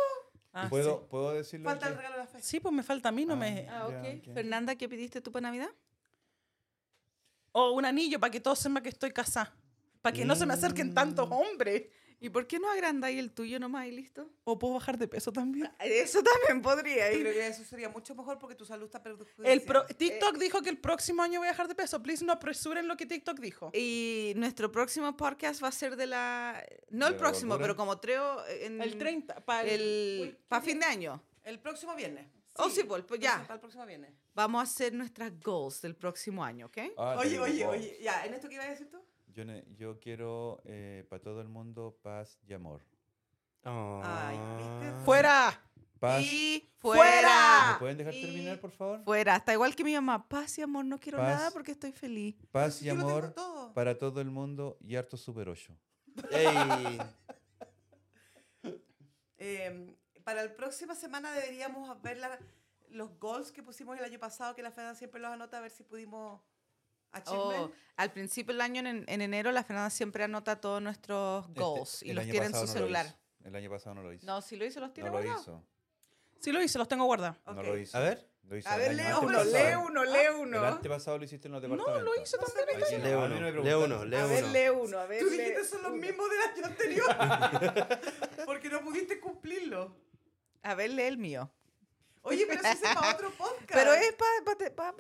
S4: Ah,
S5: ¿Puedo, ¿Puedo decirlo?
S2: Falta el
S5: aquí?
S2: regalo de la fe.
S4: sí. Sí, pues me falta a mí, no me...
S5: Ah, ya, ok.
S1: Fernanda, ¿qué pediste tú para Navidad?
S4: O un anillo para que todos sepan que estoy casada. Para que no se me acerquen tantos hombres.
S1: ¿Y por qué no agrandáis el tuyo nomás y listo?
S4: O puedo bajar de peso también.
S1: Eso también podría
S2: Yo creo
S1: ir.
S2: que eso sería mucho mejor porque tu salud está
S1: Pues
S2: perjudicada.
S4: El
S1: eh,
S4: pro- TikTok dijo que el próximo año voy a bajar de peso. Please no apresuren lo que TikTok dijo.
S1: Eh, Y nuestro próximo podcast va a ser de la... No
S5: ¿De
S1: el
S5: la
S1: próximo,
S5: gordura?
S1: pero como treo... En...
S4: El 30. Para
S1: Mm. El... Para fin de año.
S2: El próximo viernes.
S1: Oh, sí, pues, pues ya.
S2: Para el próximo viernes.
S1: Vamos a hacer nuestras goals del próximo año, ¿ok?
S5: Ah,
S2: Oye,
S5: tengo
S2: oye,
S5: voz.
S2: oye. Ya, ¿en esto qué ibas a decir tú?
S5: Yo, ne- yo quiero eh, para todo el mundo paz y amor.
S2: Ay,
S3: Ah.
S2: ¿viste?
S4: ¡Fuera!
S5: Paz.
S1: Y
S4: ¡Fuera!
S1: fuera.
S5: ¿Me pueden dejar
S1: Y
S5: terminar, por favor?
S1: Fuera. Está igual que mi mamá. Paz y amor, no quiero
S5: Paz.
S1: nada porque estoy feliz.
S5: Paz y
S2: Yo lo tengo
S5: amor
S2: todo.
S5: para todo el mundo y harto super 8.
S3: Ey,
S2: Eh, para la próxima semana deberíamos ver la- los goals que pusimos el año pasado, que la Fernanda siempre los anota, a ver si pudimos
S1: Oh,
S2: achievement.
S1: al principio del año, en, en enero, la Fernanda siempre anota todos nuestros
S4: Eh,
S1: goals y
S5: Este,
S1: los tiene en su celular.
S5: El año pasado no lo hizo.
S1: No, si lo hizo, los tiene
S5: No lo
S1: guardados.
S5: hizo.
S4: Sí lo hice, los tengo guardados.
S5: No
S2: Ok.
S5: lo hizo.
S3: A ver.
S5: Lo hizo
S2: A
S5: el
S2: ver,
S5: año
S2: lee uno,
S5: antepasado.
S2: lee
S1: uno, lee
S5: El antepasado lo hiciste en los departamentos.
S4: lo hizo
S2: también
S5: Aquí no,
S3: Lee
S5: a mí
S3: uno,
S5: no me
S3: lee
S5: preguntaron.
S3: uno, lee A ver, uno.
S1: lee Este, uno, a ver.
S2: Tú dijiste son los mismos del año anterior. Porque no pudiste cumplirlo.
S1: A ver, lee el mío.
S2: Oye, pero eso es para otro podcast.
S1: Pero es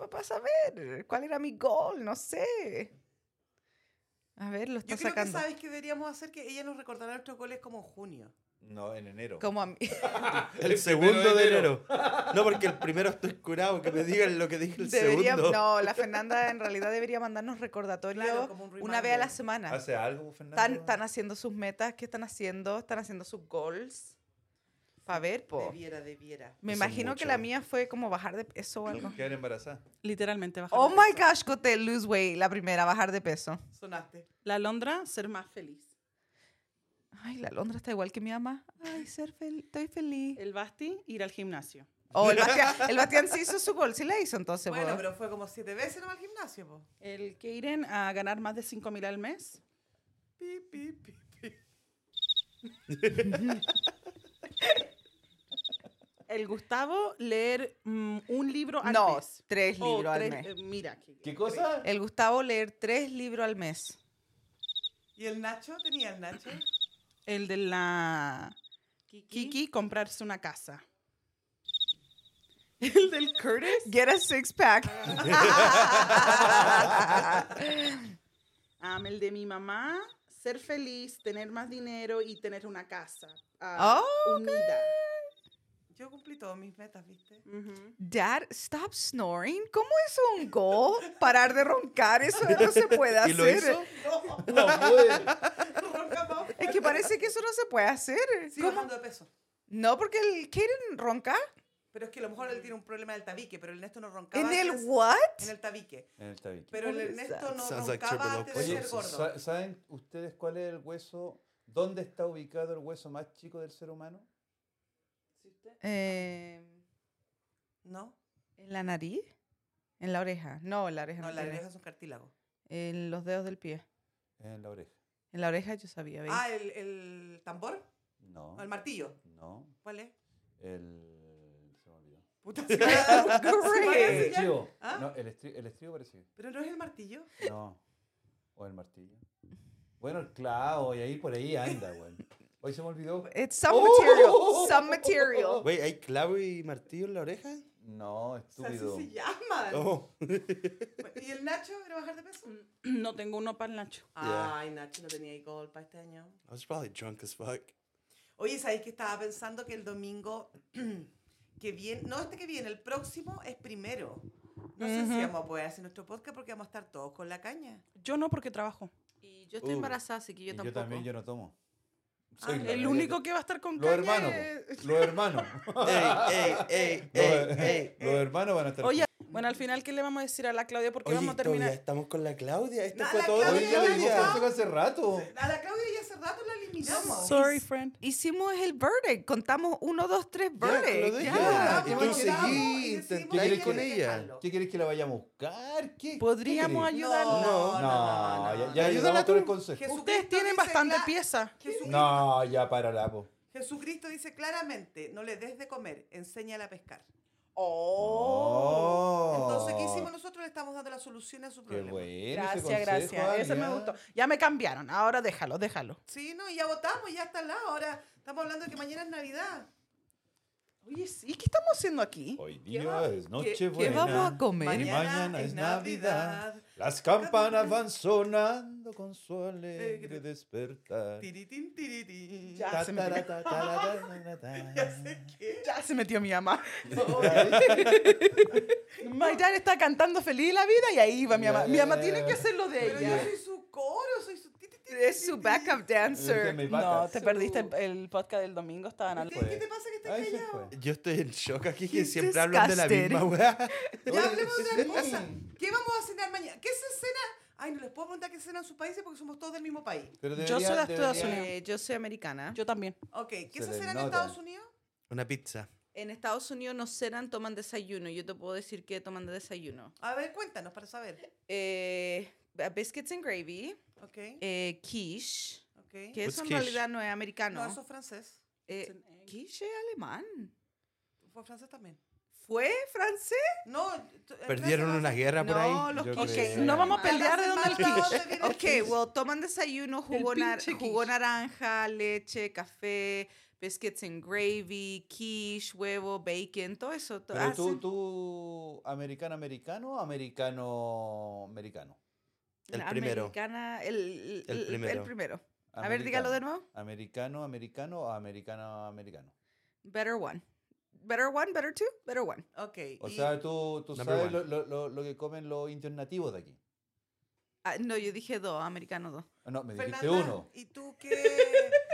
S1: para saber cuál era mi goal, no sé. A ver, lo está
S2: Yo creo que
S1: sacando.
S2: sabes que deberíamos hacer que ella nos recordará nuestros goles como junio.
S5: No, en enero.
S1: Como a mí.
S3: El, segundo de enero. No, porque el primero estoy curado. Que me digan lo que dije el
S1: Debería,
S3: segundo.
S1: no, la Fernanda en realidad debería mandarnos recordatorios
S2: Claro, como un
S1: una vez a la
S2: reminder.
S1: semana.
S5: ¿Hace algo, Fernando?
S1: están, están haciendo sus metas, ¿qué están haciendo? ¿Están haciendo sus goals? Para ver, po.
S2: Debiera, debiera.
S1: Me
S3: Eso
S1: imagino que la
S3: mucho.
S1: mía fue como bajar de peso o algo.
S5: Quedar embarazada.
S4: Literalmente bajar
S1: Oh
S4: de
S1: my
S4: peso.
S1: gosh, Cote, lose weight, la primera, bajar de peso.
S2: Sonaste.
S4: La Londra, ser más feliz.
S1: Ay, la Londra está igual que mi mamá. Ay, ser fel- estoy feliz.
S4: El Basti, ir al gimnasio.
S1: Oh, el Bastián, el Bastián sí hizo su gol, sí la hizo entonces,
S2: Bueno,
S1: po.
S2: pero fue como siete veces nomás al gimnasio, po.
S4: El Keiren, a ganar más de 5 mil al mes.
S2: Pi, pi, pi, pi.
S4: El Gustavo, leer mm, un libro al
S1: No,
S4: mes.
S1: tres
S4: O
S2: Oh,
S1: libros al
S4: tres-
S1: mes.
S4: eh, mira. que-
S5: ¿Qué cosa?
S1: El Gustavo leer tres libros al mes.
S2: ¿Y el Nacho? ¿Tenía el Nacho?
S4: El de la
S2: Kiki.
S4: Kiki, comprarse una casa. El del Curtis.
S1: Get a six pack.
S4: am, Um, el de mi mamá, ser feliz, tener más dinero y tener una casa. ah,
S1: Oh,
S4: unida.
S2: Yo cumplí todas mis metas, ¿viste?
S4: Ujú.
S1: Dad, stop snoring. ¿Cómo es un goal? Parar de roncar, eso no se puede hacer.
S3: ¿Y lo hizo?
S5: No puede.
S1: Es que parece que eso no se puede hacer.
S2: Sí,
S1: ¿Cómo?
S2: bajando de peso.
S1: No, porque el Kaden ronca.
S2: Pero es que a lo mejor él tiene un problema del tabique, pero el Ernesto no roncaba
S1: ¿En el
S2: antes-
S1: what?
S2: En el tabique.
S5: En el tabique.
S2: Pero el
S1: What is
S2: Ernesto
S1: that?
S2: no
S3: Sounds like
S2: roncaba
S3: triple
S2: antes de
S5: Oye,
S2: ser gordo.
S5: ¿sa- ¿saben ustedes cuál es el hueso ¿Dónde está ubicado el hueso más chico del ser humano?
S1: Eh,
S2: ¿No?
S1: ¿En la nariz? ¿En la oreja? No, en la oreja no,
S2: No, la
S1: tiene.
S2: oreja es un cartílago.
S1: En los dedos del pie.
S5: En la oreja.
S1: En la oreja yo sabía, ¿veis?
S2: Ah, ¿el, el tambor?
S5: No.
S2: No, el martillo.
S5: No.
S2: ¿Cuál es?
S5: El. Se me olvidó.
S2: Puta, si me van a- si me van a
S5: El
S2: enseñar-
S5: estribo.
S2: ¿Ah?
S5: No, el, estri- el estribo parecido.
S2: Pero no es el martillo.
S5: No. O el martillo. Bueno, el clavo, y ahí por ahí anda, güey. Hoy se me olvidó.
S1: It's
S3: Oh.
S1: some material. Some material.
S3: Güey, ¿hay clavo y martillo en la oreja?
S5: No,
S2: O sea, así
S5: estúpido.
S2: se llaman.
S3: Oh. Mm.
S2: ¿Y el Nacho? ¿Era bajar de peso?
S4: No tengo uno para el Nacho.
S3: Yeah.
S2: Ay, Nacho, no tenía gol para este año.
S3: I was probably drunk as fuck.
S2: Oye, ¿sabéis que estaba pensando que el domingo que viene, no este que viene, el próximo es primero? No sé si
S4: Ujú.
S2: vamos a poder hacer nuestro podcast porque vamos a estar todos con la caña.
S4: Yo no porque trabajo.
S1: Y yo estoy
S3: Uh,
S1: embarazada, así que yo
S5: Y
S1: tampoco.
S5: yo también, yo no tomo.
S2: Ah,
S5: la
S4: El
S5: mayoría
S4: único
S5: de-
S4: que va a estar con
S5: Los
S4: caña
S5: hermanos.
S4: es-
S5: Los hermanos.
S3: ey, ey, ey,
S5: Los-
S3: ey,
S5: Los hermanos van a estar.
S4: Oye, bueno, al final, ¿qué le vamos a decir a la pues. Claudia? Porque
S3: Oye,
S4: vamos a
S3: todavía
S4: terminar.
S3: estamos con la Claudia. Esto
S2: No,
S3: fue
S2: la
S3: todo
S5: Oye,
S3: de
S2: Claudia
S5: ya
S2: ya
S5: le dijimos
S2: está.
S3: Claudia.
S5: eso hace rato.
S2: A la Claudia ya hace rato la eliminamos.
S4: Sorry, friend.
S1: Hicimos el verdict. Contamos uno, dos, tres
S3: Ya, que lo
S1: verdict.
S3: deje.
S5: ya,
S3: Y
S5: ya,
S3: tú
S5: ya,
S3: seguí,
S2: ya,
S3: intentar
S5: ya, ya,
S3: ir
S5: ya,
S3: con
S5: ya,
S3: ella.
S2: dejarlo.
S5: ¿Qué querés que la vayamos a buscar? ¿Qué?
S4: Podríamos
S5: ¿Qué querés?
S4: ayudarla.
S2: No, no, no,
S5: ya,
S2: no,
S5: ya
S2: no.
S5: ayúdala con el consejo.
S2: Jesús-
S4: Ustedes
S2: Jesucristo
S4: tienen
S2: dice
S4: bastante
S2: la-
S4: pieza.
S2: Jesucristo,
S5: No, ya para la po.
S2: Jesucristo dice claramente, no le des de comer, enséñala a pescar.
S4: Oh,
S2: Entonces, ¿qué hicimos nosotros? Le estamos dando la solución a su
S5: Oh. Qué
S2: problema.
S5: bueno.
S4: Gracias, gracias. Eso Oh, me gustó. Ya me cambiaron. Ahora déjalo, déjalo.
S2: Sí, no, y ya votamos, ya está al lado. Ahora estamos hablando de que mañana es Navidad.
S4: Oye, ¿y qué estamos haciendo aquí?
S5: Hoy
S2: va-
S5: día es noche
S2: qué-
S1: ¿Qué
S5: buena.
S1: vamos a comer?
S5: Mañana, es Navidad. Las campanas van sonando con su alegre despertar.
S2: Tiritín, tiritín.
S4: Ya.
S5: Ta,
S4: se me-
S5: tara, ta, tara, ta, ta, ta.
S4: Ya se metió mi mamá. My dad está cantando feliz la vida y ahí va mi mamá. Mi mamá tiene que hacer lo de
S2: Pero yo
S4: ella.
S2: soy su coro, soy su... ti, ti, ti,
S1: Es
S2: ti,
S1: su
S2: ti.
S1: backup
S5: Esa es mi
S1: dancer.
S5: vaca.
S4: No, te perdiste el, el podcast del domingo, estaban al
S2: ¿Qué qué te pasa que
S5: Ahí
S2: estás
S5: se
S2: callado?
S5: fue.
S3: Yo estoy en shock aquí que
S1: He's
S3: siempre hablan de la
S1: disgusted.
S3: misma weá.
S2: Ya hablemos de otra
S5: sí.
S2: cosa. ¿Qué vamos a cenar mañana? ¿Qué se cena? Ay, no les puedo preguntar qué se cena en sus países porque somos todos del mismo país.
S5: Pero
S4: Yo soy de Estados
S5: debería-
S4: Unidos.
S1: Eh, yo soy americana.
S4: Yo también.
S2: Ok, ¿qué
S5: Se
S2: se,
S5: les
S2: cena en
S5: nota.
S2: Estados Unidos?
S3: Una pizza.
S1: En Estados Unidos no cenan, toman desayuno. Yo te puedo decir que toman de desayuno.
S2: A ver, cuéntanos para saber.
S1: Eh, b- biscuits and gravy,
S2: Ok,
S1: eh, quiche,
S2: ok.
S1: que
S3: What's
S1: eso en
S3: quiche?
S1: realidad no es americano.
S2: No, eso es francés.
S1: Eh, quiche es alemán.
S2: Fue francés también.
S1: ¿Fue francés?
S2: No, t- eh, en
S3: Perdieron
S2: Francia
S3: una guerra por
S1: No,
S3: ahí.
S1: los
S5: Yo
S1: quiche.
S5: creo.
S1: son
S5: Ok, no
S4: vamos a
S1: alemanes.
S4: pelear de dónde el
S2: Malta, ¿dónde
S4: quiche.
S2: viene el quiche?
S1: Ok, well, toman desayuno, jugo, nar-
S4: pinche
S1: jugo
S4: quiche.
S1: naranja, leche, café, biscuits and gravy, quiche, huevo, bacon, todo eso. to-
S5: Pero tú,
S1: hacen-
S5: tú, americano, americano, o americano, americano.
S3: El
S1: la
S3: primero.
S1: Americana, el,
S3: El primero.
S1: A ver, dígalo de nuevo.
S5: Americano, americano, o americano, americano.
S1: Better one. Better one, better two, better one.
S2: Ok.
S5: O
S2: y-
S5: sea, tú, tú
S3: Number
S5: sabes
S3: one.
S5: lo, lo- lo- lo que comen los indios nativos de aquí.
S1: Ah, no, yo dije dos, americano dos.
S5: Ah, No, me dijiste
S2: Fernanda,
S5: uno.
S2: ¿y tú qué?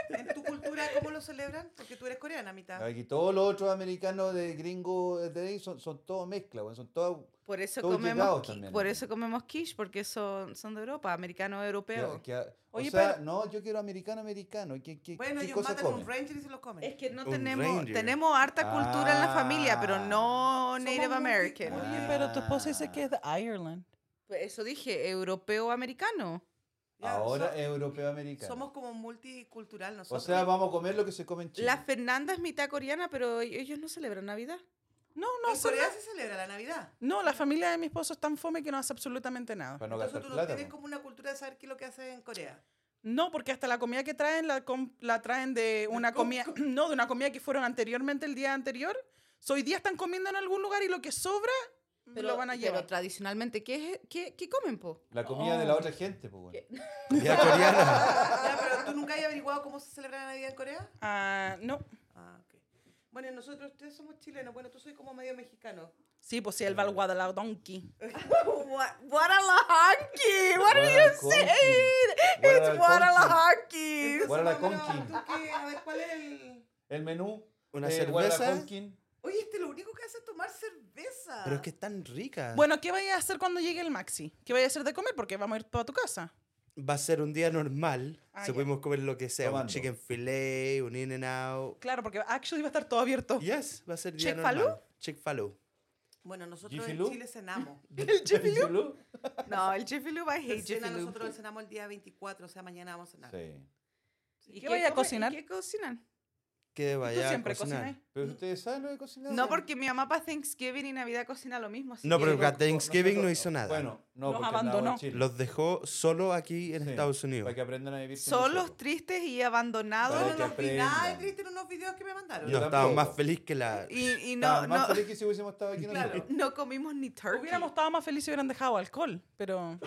S2: ¿En tu cultura cómo lo celebran? Porque tú eres coreana, mitad.
S5: Aquí todos los otros americanos de gringo de ahí son, son todos mezcla, weón, son todos
S1: Por eso
S5: Todos llegados
S1: comemos, qui-
S5: también,
S1: por
S5: ¿no?
S1: eso comemos quiche, porque son, son de Europa, americano
S5: que-
S1: europeo.
S5: que- o
S4: Oye,
S5: sea,
S4: pero-
S5: no, yo quiero americano, americano. ¿Qué, qué,
S2: Bueno,
S5: qué
S2: ellos
S5: cosa
S2: matan
S5: comen?
S2: un ranger y se los comen.
S1: Es que no
S3: Un
S1: tenemos,
S3: reindeer.
S1: tenemos harta cultura en la familia, pero no
S5: Ah.
S1: Native
S2: Somos muy-
S1: American.
S5: muy-
S4: Oye, pero tu esposa
S2: Ah.
S4: dice que es de Ireland.
S1: Pues Eso dije, europeo-americano.
S2: Ya,
S5: Ahora
S2: so-
S5: europeo americano.
S2: somos como multicultural
S5: o
S2: nosotros.
S5: sea, vamos a comer lo que se come en Chile.
S1: La Fernanda es mitad coreana, pero e- ellos no celebran Navidad.
S4: No, no,
S2: en
S4: son
S2: Corea
S4: la-
S2: se celebra la Navidad.
S4: no, la familia de mi esposo es tan fome que no hace absolutamente nada.
S5: Para no
S2: Entonces
S5: gastar
S2: tú no
S5: plata.
S2: tienes
S5: po.
S2: como una cultura de saber qué es lo que hacen en Corea.
S4: No, porque hasta la comida que traen la, com- la traen de una comida, no, de una comida que fueron anteriormente el día anterior. So, hoy día están comiendo en algún lugar y lo que sobra
S1: Pero,
S4: lo van a llevar.
S1: Mm. pero tradicionalmente, ¿qué, es- qué, qué comen, po?
S5: La comida
S2: Oh.
S5: de la otra gente, pues, weón.
S3: Comida coreana.
S2: Ya, pero tú nunca has averiguado cómo se celebra la Navidad en Corea.
S4: Ah, no.
S2: Ah, ok. Bueno, nosotros ustedes somos chilenos. Bueno, tú soy como medio mexicano.
S4: Sí, pues sí, él va al Guadalajara.
S1: What, what a la hanky! What are
S5: Guarda
S1: you
S5: la
S1: saying? It's
S5: conchi. Guarda la
S1: what a la
S5: conchi.
S1: hanky!
S5: Guarda la
S2: más o menos,
S5: conchi.
S2: ¿tú qué? A ver, ¿cuál es el...?
S5: El menú.
S3: Una
S5: eh, guarda la
S3: cerveza.
S5: conchi.
S2: Oye, este lo único que hace es tomar cerveza.
S3: Pero es que es tan rica.
S4: Bueno, ¿qué vaya a hacer cuando llegue el Maxi? ¿Qué vaya a hacer de comer? Porque vamos a ir para tu casa.
S3: va a ser un día normal.
S4: Ah,
S3: se
S4: ya.
S3: pudimos comer lo que sea, un
S5: Tomando.
S3: chicken fillet, un in and out.
S4: Claro, porque actually va a estar todo abierto.
S3: Yes, va a ser día
S4: Chick-fil-U?
S3: normal. Chick-fil-U.
S2: Bueno, nosotros
S5: Jiffy
S2: en
S5: Lube.
S2: Chile cenamos.
S4: El Jiffy Lube.
S5: Lube?
S1: No, el Jiffy Lube, I hate
S2: Hey,
S1: Jiffy Lube.
S2: nosotros cenamos el día 24, o sea, mañana vamos a cenar.
S5: Sí.
S1: ¿Y
S4: ¿Qué vaya a
S1: come- y
S4: cocinar?
S1: ¿Qué cocinan?
S3: Que
S4: Tú
S3: vaya
S4: siempre
S3: a cocinar.
S4: cocinas.
S5: Pero ustedes saben lo de cocinar.
S1: No, porque mi mamá para Thanksgiving y Navidad cocina lo mismo. así
S3: No,
S1: que-
S3: pero
S5: Nosotros-
S3: para Thanksgiving no hizo nada.
S5: Bueno, no,
S4: Los
S5: porque andaba
S4: abandonó.
S5: en Chile.
S3: Los dejó solo aquí en
S5: Sí,
S3: Estados Unidos.
S5: Para que aprendan a vivir sin
S1: Solos,
S5: nosotros.
S1: tristes y
S5: Para
S1: abandonados.
S2: Yo
S5: que
S2: no nos vi nada de
S5: aprendan.
S2: triste en unos videos que me mandaron.
S5: Yo
S3: Yo estaba
S5: tampoco.
S3: más feliz que la...
S1: Y, y
S5: Estaba
S1: no,
S5: más
S1: no,
S5: feliz que si hubiésemos estado aquí
S2: Claro.
S5: nosotros.
S1: no comimos ni turkey.
S4: Hubiéramos estado más felices si hubieran dejado alcohol, pero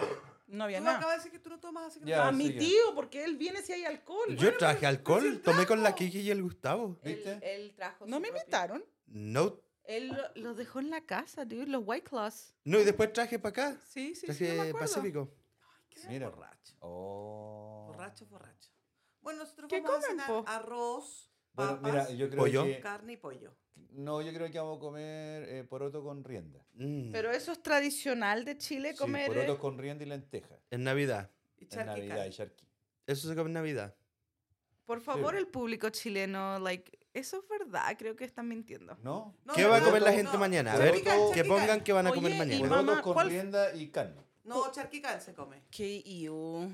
S4: no había
S2: Tú
S4: nada.
S2: acabas de decir que tú no tomas, así que
S5: Ya,
S4: A mi
S5: sigue.
S4: tío, porque él viene si hay alcohol.
S3: Ah, Yo traje alcohol,
S2: el
S3: tomé con la
S2: trago.
S3: Kiki y el Gustavo.
S1: Él,
S5: ¿Viste?
S1: él trajo
S4: No
S1: su
S4: me
S1: propio-
S4: invitaron.
S3: No,
S1: Él lo, lo dejó en la casa, dude, los White Claws.
S3: no y después traje para acá.
S1: Sí, sí, sí, no me
S3: Traje
S1: acuerdo.
S3: Pacífico.
S2: no.
S5: Mira.
S2: Borracho.
S5: Oh.
S2: Borracho, borracho. Bueno, nosotros
S1: ¿Qué
S2: vamos a
S1: comen,
S2: cenar
S1: po?
S2: arroz,
S5: Bueno,
S2: papas,
S5: mira, yo creo
S3: Pollo.
S5: que...
S2: carne y pollo.
S5: No, yo creo que vamos a comer eh, poroto con rienda.
S3: Mm,
S1: Pero eso es tradicional de Chile
S5: Sí,
S1: comer. eh.
S5: porotos con rienda y lenteja.
S3: En Navidad.
S2: Y
S5: En
S2: charqui
S5: Navidad y charqui.
S3: Eso se come en Navidad.
S1: Por favor,
S5: Sí.
S1: el público chileno, like, eso es verdad, creo que están mintiendo.
S5: ¿No?
S3: ¿Qué va a comer la
S5: no,
S3: gente mañana? A
S5: Se
S3: ver,
S5: picó-
S3: que pongan qué van a
S4: Oye,
S3: comer
S4: y
S3: mañana.
S4: mamá-
S5: Porotos con
S4: ¿cuál-
S5: rienda y carne.
S2: No, charquicán se come.
S4: Qué iu.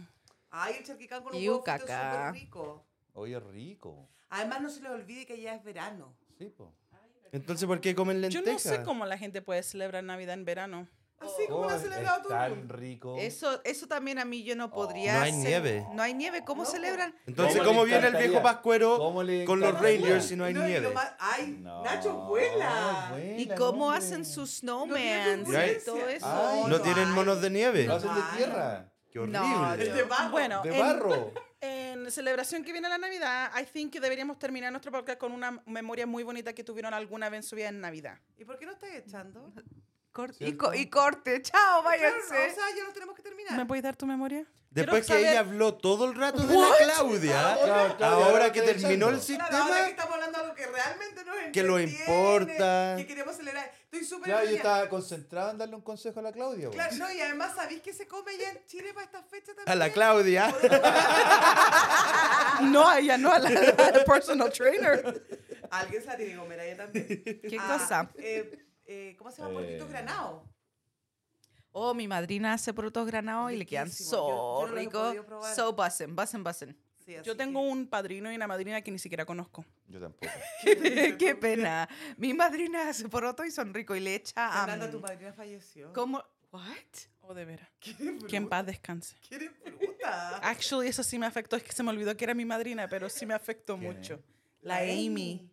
S2: Ay, el charquicán con un
S1: Iu,
S2: huevo frito es
S1: caca.
S2: súper rico.
S5: Oye, rico.
S2: Además, no se les olvide que ya es verano.
S5: Sí, po.
S3: Entonces, ¿por qué comen
S4: Yo
S3: lentejas?
S4: no sé cómo la gente puede celebrar Navidad en verano.
S2: Así como lo
S5: Oh,
S2: ha
S5: es
S2: celebrado todo el
S5: tan
S2: mundo.
S5: rico.
S1: Eso, eso también a mí yo
S5: Oh.
S1: no podría.
S3: No hay
S1: ce-
S3: nieve.
S1: No pues. hay nieve. ¿Cómo
S2: No,
S1: celebran?
S3: Entonces,
S5: ¿Cómo
S3: ¿cómo,
S5: le
S3: viene el
S5: encantaría?
S3: viejo Pascuero
S5: ¿Cómo le
S3: con los
S5: encantaría?
S3: Rangers si no hay
S2: y
S3: nieve?
S2: lo más- Ay,
S5: No,
S2: Nacho, vuela.
S1: ¿Y
S5: vuela,
S1: cómo
S5: hombre.
S1: hacen sus
S2: tiene
S1: snowmans y
S2: ninguna
S1: todo
S2: ciencia.
S1: eso?
S5: Ay,
S3: ¿No tienen
S2: hay.
S3: monos de nieve?
S5: Lo hacen de
S2: Ay.
S5: tierra.
S3: ¡Qué
S1: No,
S2: Es
S3: horrible!
S2: de barro.
S4: Bueno,
S5: De
S4: en-
S5: barro.
S4: En celebración que viene la Navidad, I think que deberíamos terminar nuestro podcast con una memoria muy bonita que tuvieron alguna vez en su vida en Navidad.
S2: ¿Y por qué no estáis echando?
S1: Cor- y,
S5: ¿Cierto?
S1: co- y corte, chao,
S2: Claro, no,
S1: váyanse.
S2: o sea, ya no tenemos que terminar.
S4: ¿Me puedes dar tu memoria?
S3: Después que
S4: Quiero saber-
S3: ella habló todo el rato de la Claudia,
S5: Claro, Claudia, ahora
S3: ahora que
S5: estoy
S3: terminó el
S5: echando.
S2: Claro, ahora que
S3: sistema,
S2: estamos hablando de algo que realmente nos
S3: Que lo
S2: entretiene,
S3: importa.
S2: Que queremos celebrar. Estoy súper
S5: Claro, yo
S2: orgullosa.
S5: estaba concentrado en darle un consejo a la Claudia. po.
S2: Claro, no, y además, ¿sabéis que se come ya en Chile para esta fecha también?
S3: a la Claudia.
S1: Ah.
S4: No, a ella no, a la, a la personal trainer.
S2: Alguien se la tiene que comer a ella también.
S1: ¿Qué
S2: Ah,
S1: cosa?
S2: eh, eh, ¿Cómo se llama?
S5: Eh.
S2: Portitos granados.
S1: Oh, mi madrina hace porotos granados y le quedan
S2: Riquísimo. Yo- yo
S1: so
S2: no los he
S1: ricos.
S2: podido probar.
S1: So bussen, bussen, bussen.
S2: Sí, así
S4: Yo tengo un padrino y una madrina que ni siquiera conozco.
S5: Yo tampoco.
S1: Qué pena. Mi madrina hace porotos y son ricos y le
S2: que-
S1: echa.
S2: Fernanda,
S4: Ah,
S1: am,
S4: mm.
S2: tu madrina falleció.
S1: ¿Cómo? What?
S4: Oh, de veras.
S2: ¿Qué
S4: Que en paz descanse.
S2: ¿Qué eres bruta?
S4: Actually, eso sí me afectó. Es que se me olvidó que era mi madrina, pero sí me afectó
S5: ¿Quién
S4: mucho.
S5: es?
S4: La Amy.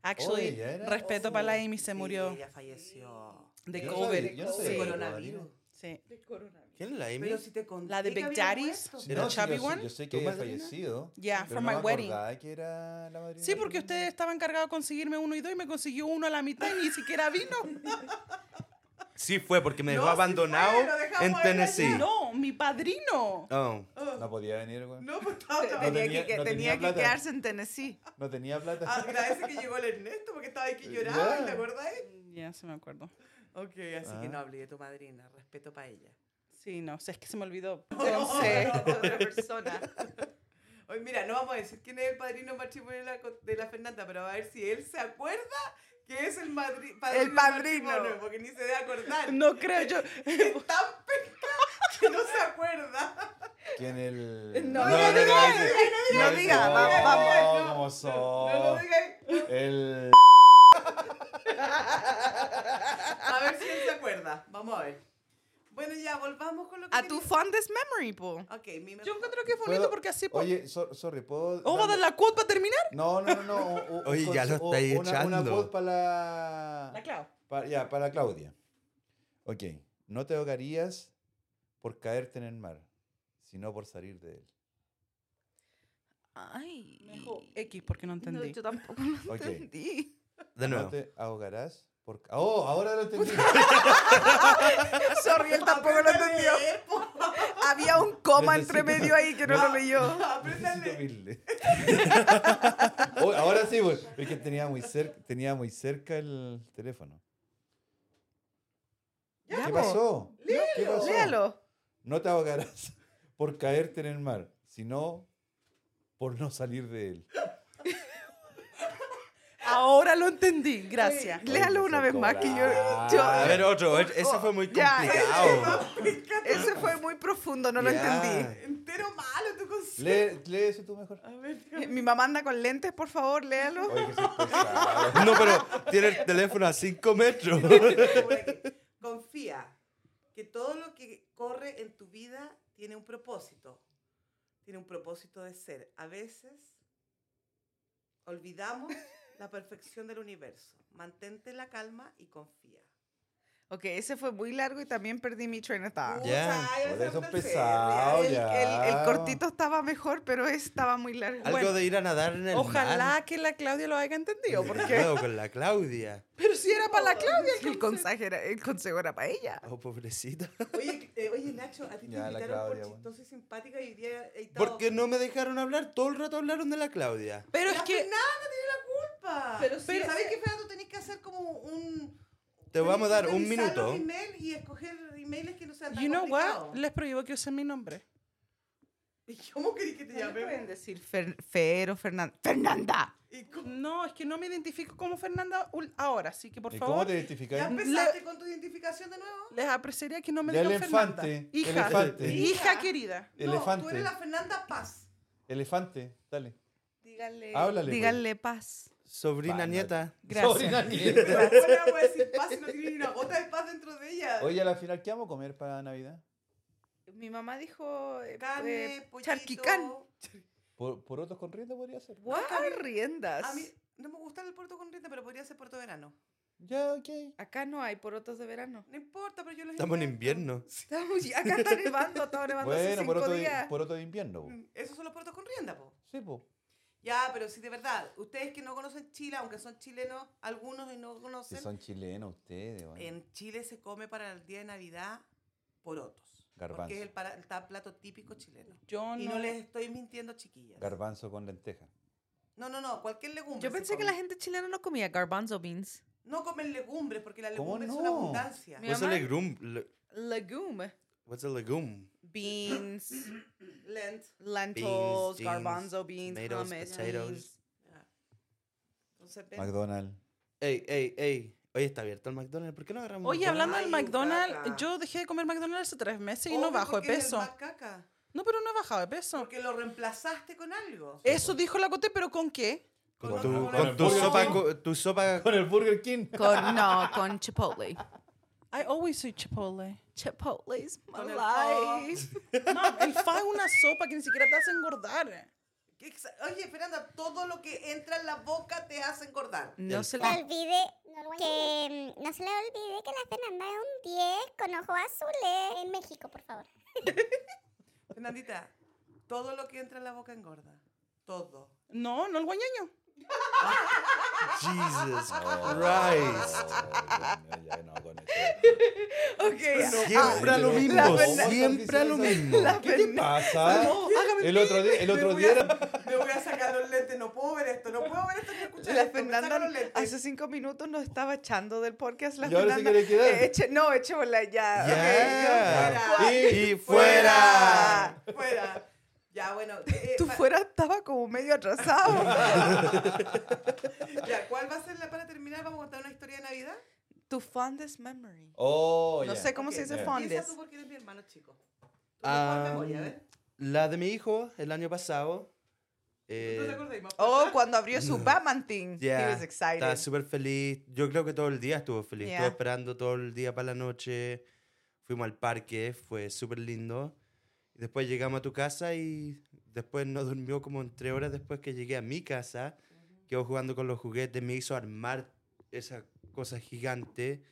S4: Actually,
S5: Oh, ¿ella era?
S4: respeto
S5: Oh,
S4: para la Amy, se
S2: Sí,
S4: murió
S2: ella falleció.
S4: de
S5: Yo no
S4: COVID.
S5: sabía- yo no
S2: De
S5: sabía que era
S2: coronavirus.
S4: Sí.
S3: ¿Quién es la Amy?
S2: Pero si te conté
S4: La de
S2: que
S4: Big
S2: había
S4: Daddies.
S2: muerto.
S5: No,
S4: ¿Era
S5: sí,
S4: Chubby
S5: yo,
S4: One?
S5: Yo sé que
S3: ¿Tu
S5: había
S3: madrina?
S5: fallecido.
S4: Yeah,
S5: pero
S4: from
S5: no
S4: my
S5: me
S4: wedding.
S5: acordaba que era la madrina.
S4: Sí,
S5: de
S4: porque
S5: la-
S4: usted estaba encargado de conseguirme uno y dos y me consiguió uno a la mitad y ni siquiera vino.
S3: Sí fue, porque me dejó
S2: No, sí fue,
S3: abandonado
S2: lo dejamos
S3: en
S2: ahí
S3: Tennessee.
S4: No, mi padrino.
S3: Oh.
S5: No podía venir, güey. No,
S2: No, pues estaba
S1: tenía,
S5: tenía-
S1: que, que-
S5: no tenía
S1: tenía que
S5: plata.
S1: quedarse en Tennessee.
S5: tenía plata.
S2: Ah. Agradece que llegó el Ernesto porque estaba aquí
S5: Ya.
S2: llorando, ¿te acordáis?
S4: Ya, se me acuerdo.
S2: Ok, así
S5: Ah.
S2: que no hablé de tu madrina, respeto para ella.
S4: Sí, no, sé, es que se me olvidó.
S1: Entonces, otra persona.
S2: Oye, mira, no vamos a decir quién es el padrino matrimonial de la co- de la Fernanda, pero a ver si él se acuerda que es el madri- padrino. del
S1: padrino.
S2: matrimonio, Porque ni se debe acordar.
S4: No creo yo.
S2: Es tan penca que no se acuerda.
S5: ¿Quién el.?
S1: No, no diga,
S5: diga,
S1: no
S5: el-
S1: diga,
S5: no,
S1: vamos, vamos.
S5: No, como son.
S2: No lo diga.
S5: El.
S2: A ver si él se acuerda. Vamos a ver. Bueno, ya, volvamos con lo que.
S1: A tu
S2: quería-
S1: fondest memory, po.
S2: Ok, mi
S4: Yo
S2: mejor.
S4: encuentro que es bonito
S5: ¿Puedo-
S4: porque así. Pues,
S5: Oye, so- sorry, ¿puedo.?
S4: ¿O va a dar la quote para terminar?
S5: No, no, no. no un- un- un
S3: Oye, ya lo
S5: conse- o-
S3: estáis
S5: una, Una
S3: echando.
S5: voz para la.
S4: La Clau.
S5: pa- ya, para Claudia. Ok. No te ahogarías por caerte en el mar, sino por salir de él.
S1: Ay.
S4: X porque no
S1: No,
S4: entendí.
S1: yo tampoco lo
S5: Ok.
S1: entendí.
S3: De
S5: No
S3: nuevo.
S5: te ahogarás por. ca- Oh, ahora lo entendí.
S1: Sorry, él tampoco lo entendió. Había un coma
S5: Necesito-
S1: entre medio ahí que no lo leyó.
S5: Necesito irle. Oh, ahora sí, güey. Es que tenía muy, cerca, tenía muy cerca el teléfono.
S1: Ya,
S5: ¿Qué
S1: po.
S5: pasó? ¿Qué pasó?
S1: Léalo.
S5: No te ahogarás por caerte en el mar, sino por no salir de él.
S4: Ahora lo entendí, gracias.
S1: Oye, Léalo una vez más que yo... yo-
S3: A ver, otro. e- Ese fue muy
S1: Ya,
S3: complicado.
S1: Ese fue muy profundo, no lo
S3: Ya.
S1: entendí.
S2: Entero malo tu consejo.
S5: Lee, lee eso tú mejor.
S1: Eh, Mi mamá anda con lentes, por favor, léalo.
S5: Oye, que soy pesado.
S3: No, pero tiene el teléfono a 5 metros.
S2: Confía que todo lo que corre en tu vida tiene un propósito. Tiene un propósito de ser. A veces olvidamos la perfección del universo. Mantente la calma y confía.
S1: Ok, ese fue muy largo y también perdí mi train of thought.
S3: Uh, Ya,
S2: Pucha, ya
S5: por
S2: me
S5: eso
S2: salió
S5: es
S2: el
S5: pesado,
S2: cerdo.
S1: El, el- el
S5: ya.
S1: cortito estaba mejor, pero ese estaba muy largo.
S3: Algo de ir a nadar en el mar.
S4: Ojalá que la Claudia lo haya entendido, porque...
S3: Cuidado con la Claudia.
S4: Pero si era para la Claudia.
S1: El, consejo era, el consejo era para ella.
S3: Oh, pobrecita.
S2: Oye, eh, oye, Nacho, a ti te
S5: Ya, la
S2: invitaron por
S5: Claudia, bueno.
S2: chistosa y simpática y hoy día he estado-
S3: Porque no me dejaron hablar. Todo el rato hablaron de la Claudia.
S4: Pero es
S2: La
S4: que...
S2: Fernanda tiene la culpa.
S4: Pero sí, pero-
S2: ¿sabes qué, Fernanda? Tú tenés que hacer como un...
S3: Te vamos a dar
S2: tenés
S3: un
S2: que revisar
S3: minuto.
S2: los email y escoger emails que no sean tan
S4: You know what?
S2: complicados.
S4: Les prohíbo que usen mi nombre.
S2: ¿Y ¿Cómo querés que te
S1: Ya pueden
S2: llame?
S1: decir Fer- Fer o Fernanda. ¡Fernanda!
S2: ¿Y cómo?
S4: No, es que no me identifico como Fernanda ul- ahora, así que por
S5: ¿Y cómo
S4: favor...
S5: te
S2: ¿Ya pues.
S5: identificáis?
S2: empezaste con tu identificación de nuevo?
S4: Les apreciaría que no me
S5: Ya
S4: digan
S5: elefante,
S4: Fernanda. Hija,
S5: elefante.
S4: hija querida.
S2: No, tú
S5: Elefante.
S2: eres la Fernanda Paz.
S5: Elefante, dale.
S3: Eh,
S2: Dígale.
S5: Háblale. pues.
S1: Díganle paz.
S3: Sobrina
S5: Banda.
S3: nieta.
S5: Sobrina nieta.
S2: Bueno, voy a decir paz y no tiene ni una gota de paz dentro de ella.
S5: Oye, a la final, ¿qué vamos a comer para Navidad?
S1: Mi mamá dijo... eh,
S2: Carne,
S1: eh,
S2: pollito.
S1: charquicán.
S5: Por, por otros con rienda podría ser.
S1: ¡Guau, riendas!
S2: A mí no me gusta el puerto con rienda, pero podría ser puerto verano.
S5: Ya, ok.
S1: Acá no hay porotos de verano.
S2: No importa, pero yo los
S3: Estamos en
S2: invento.
S3: invierno.
S1: Estamos- acá está nevando, estaba nevando hace
S5: Bueno,
S1: cinco
S5: por otro, de,
S1: días.
S5: por otro de invierno. po.
S2: Mm, Esos son los puertos con rienda, po.
S5: Sí, po.
S2: Ya, pero sí, de verdad, ustedes que no conocen Chile, aunque son chilenos algunos y no
S5: Si
S2: conocen,
S5: son chilenos ustedes. bueno.
S2: en Chile se come para el día de Navidad porotos.
S5: Garbanzo.
S2: Porque es el, para- el ta- plato típico chileno.
S4: Yo
S2: Y
S4: no,
S2: no les estoy mintiendo, chiquillas.
S5: Garbanzo con lenteja.
S2: no, no, no, cualquier legumbre.
S8: Yo
S2: se
S8: pensé que
S2: come.
S8: la gente chilena no comía garbanzo beans.
S2: No comen legumbres porque las
S5: ¿Cómo
S2: legumbres son
S5: no?
S2: abundancia.
S1: Mi
S3: What's a
S1: mamá-
S3: legume? Le-
S1: Legume.
S3: What's a legume?
S1: Beans,
S2: Lent.
S1: lentils,
S3: beans,
S1: garbanzo beans,
S3: tomatoes,
S1: hummus,
S3: potatoes.
S1: beans.
S2: Ya. Entonces, ven.
S5: McDonald's.
S3: Ey, ey, ey. Hoy está abierto el McDonald's. ¿Por qué no agarramos
S4: Oye, hablando del
S2: Ay,
S4: McDonald's,
S2: guaca.
S4: yo dejé de comer McDonald's hace tres meses y
S2: Obvio,
S5: Oh,
S4: no bajo de
S2: porque es el
S4: peso.
S2: más caca,
S4: No, pero no he bajado de peso.
S2: Porque lo reemplazaste con algo.
S4: Eso dijo la Cote, pero ¿con qué?
S3: Con
S2: Con
S3: tu,
S2: otro-
S3: con tu
S5: con el
S3: sopa,
S5: pollo.
S3: co- tu sopa
S5: Con el Burger King.
S8: Con, no, con chipotle.
S4: I always eat Chipotle.
S8: Chipotle is my
S2: Con el
S8: life.
S4: No, el fa es una sopa que ni siquiera te hace engordar.
S2: ¿Qué exa- Oye, Fernanda, todo lo que entra en la boca te hace engordar.
S8: No se
S6: No
S8: la...
S6: olvide que mm, no se le olvide que la Fernanda es un 10 con ojos azules en México, por favor.
S2: Fernandita, todo lo que entra en la boca engorda. Todo.
S4: No, no el guañaño.
S3: Jesus Oh, Christ.
S5: Christ.
S3: Siempre a lo mismo,
S5: La Fernanda-
S3: siempre a lo mismo.
S5: ¿Qué te pasa? El otro día, el otro día era-
S2: Me voy a sacar los lentes, no puedo ver esto, no puedo ver esto ni escuchar
S1: La
S2: esto, me saco
S1: Fernanda
S2: los lentes.
S1: hace cinco minutos nos estaba echando del podcast. La
S5: Y ahora se
S1: Fernanda,
S5: quiere quedar.
S1: eh, eche- no, echémosla ya.
S3: Ya.
S2: fuera.
S3: Y fuera.
S2: ¡Fuera! Ya, bueno. eh,
S1: Tú
S2: va-
S1: fuera estaba como medio atrasado.
S2: Ya, ¿cuál va a ser la para terminar? Vamos a contar una historia de Navidad.
S1: tu fondest memory.
S5: Oh,
S1: No
S5: ya.
S1: sé cómo
S2: Ok,
S1: se dice
S5: ya.
S2: Empieza
S1: fondest.
S2: tú porque eres mi hermano chico. Tú
S3: Ah,
S2: mejor memoria, ¿eh? a ver.
S3: La de mi hijo el año pasado. eh,
S2: ¿Tú te acordás, Ima?
S1: Oh, cuando abrió
S5: Mm.
S1: su Batman thing.
S3: ya,
S1: He was excited.
S3: Estaba súper feliz. Yo creo que todo el día estuvo feliz.
S1: Ya.
S3: Estuvo esperando todo el día para la noche. Fuimos al parque, fue súper lindo. Y Después llegamos a tu casa y después no durmió como en tres horas después que llegué a mi casa. Quedó jugando con los juguetes, me hizo armar esa cosa gigante.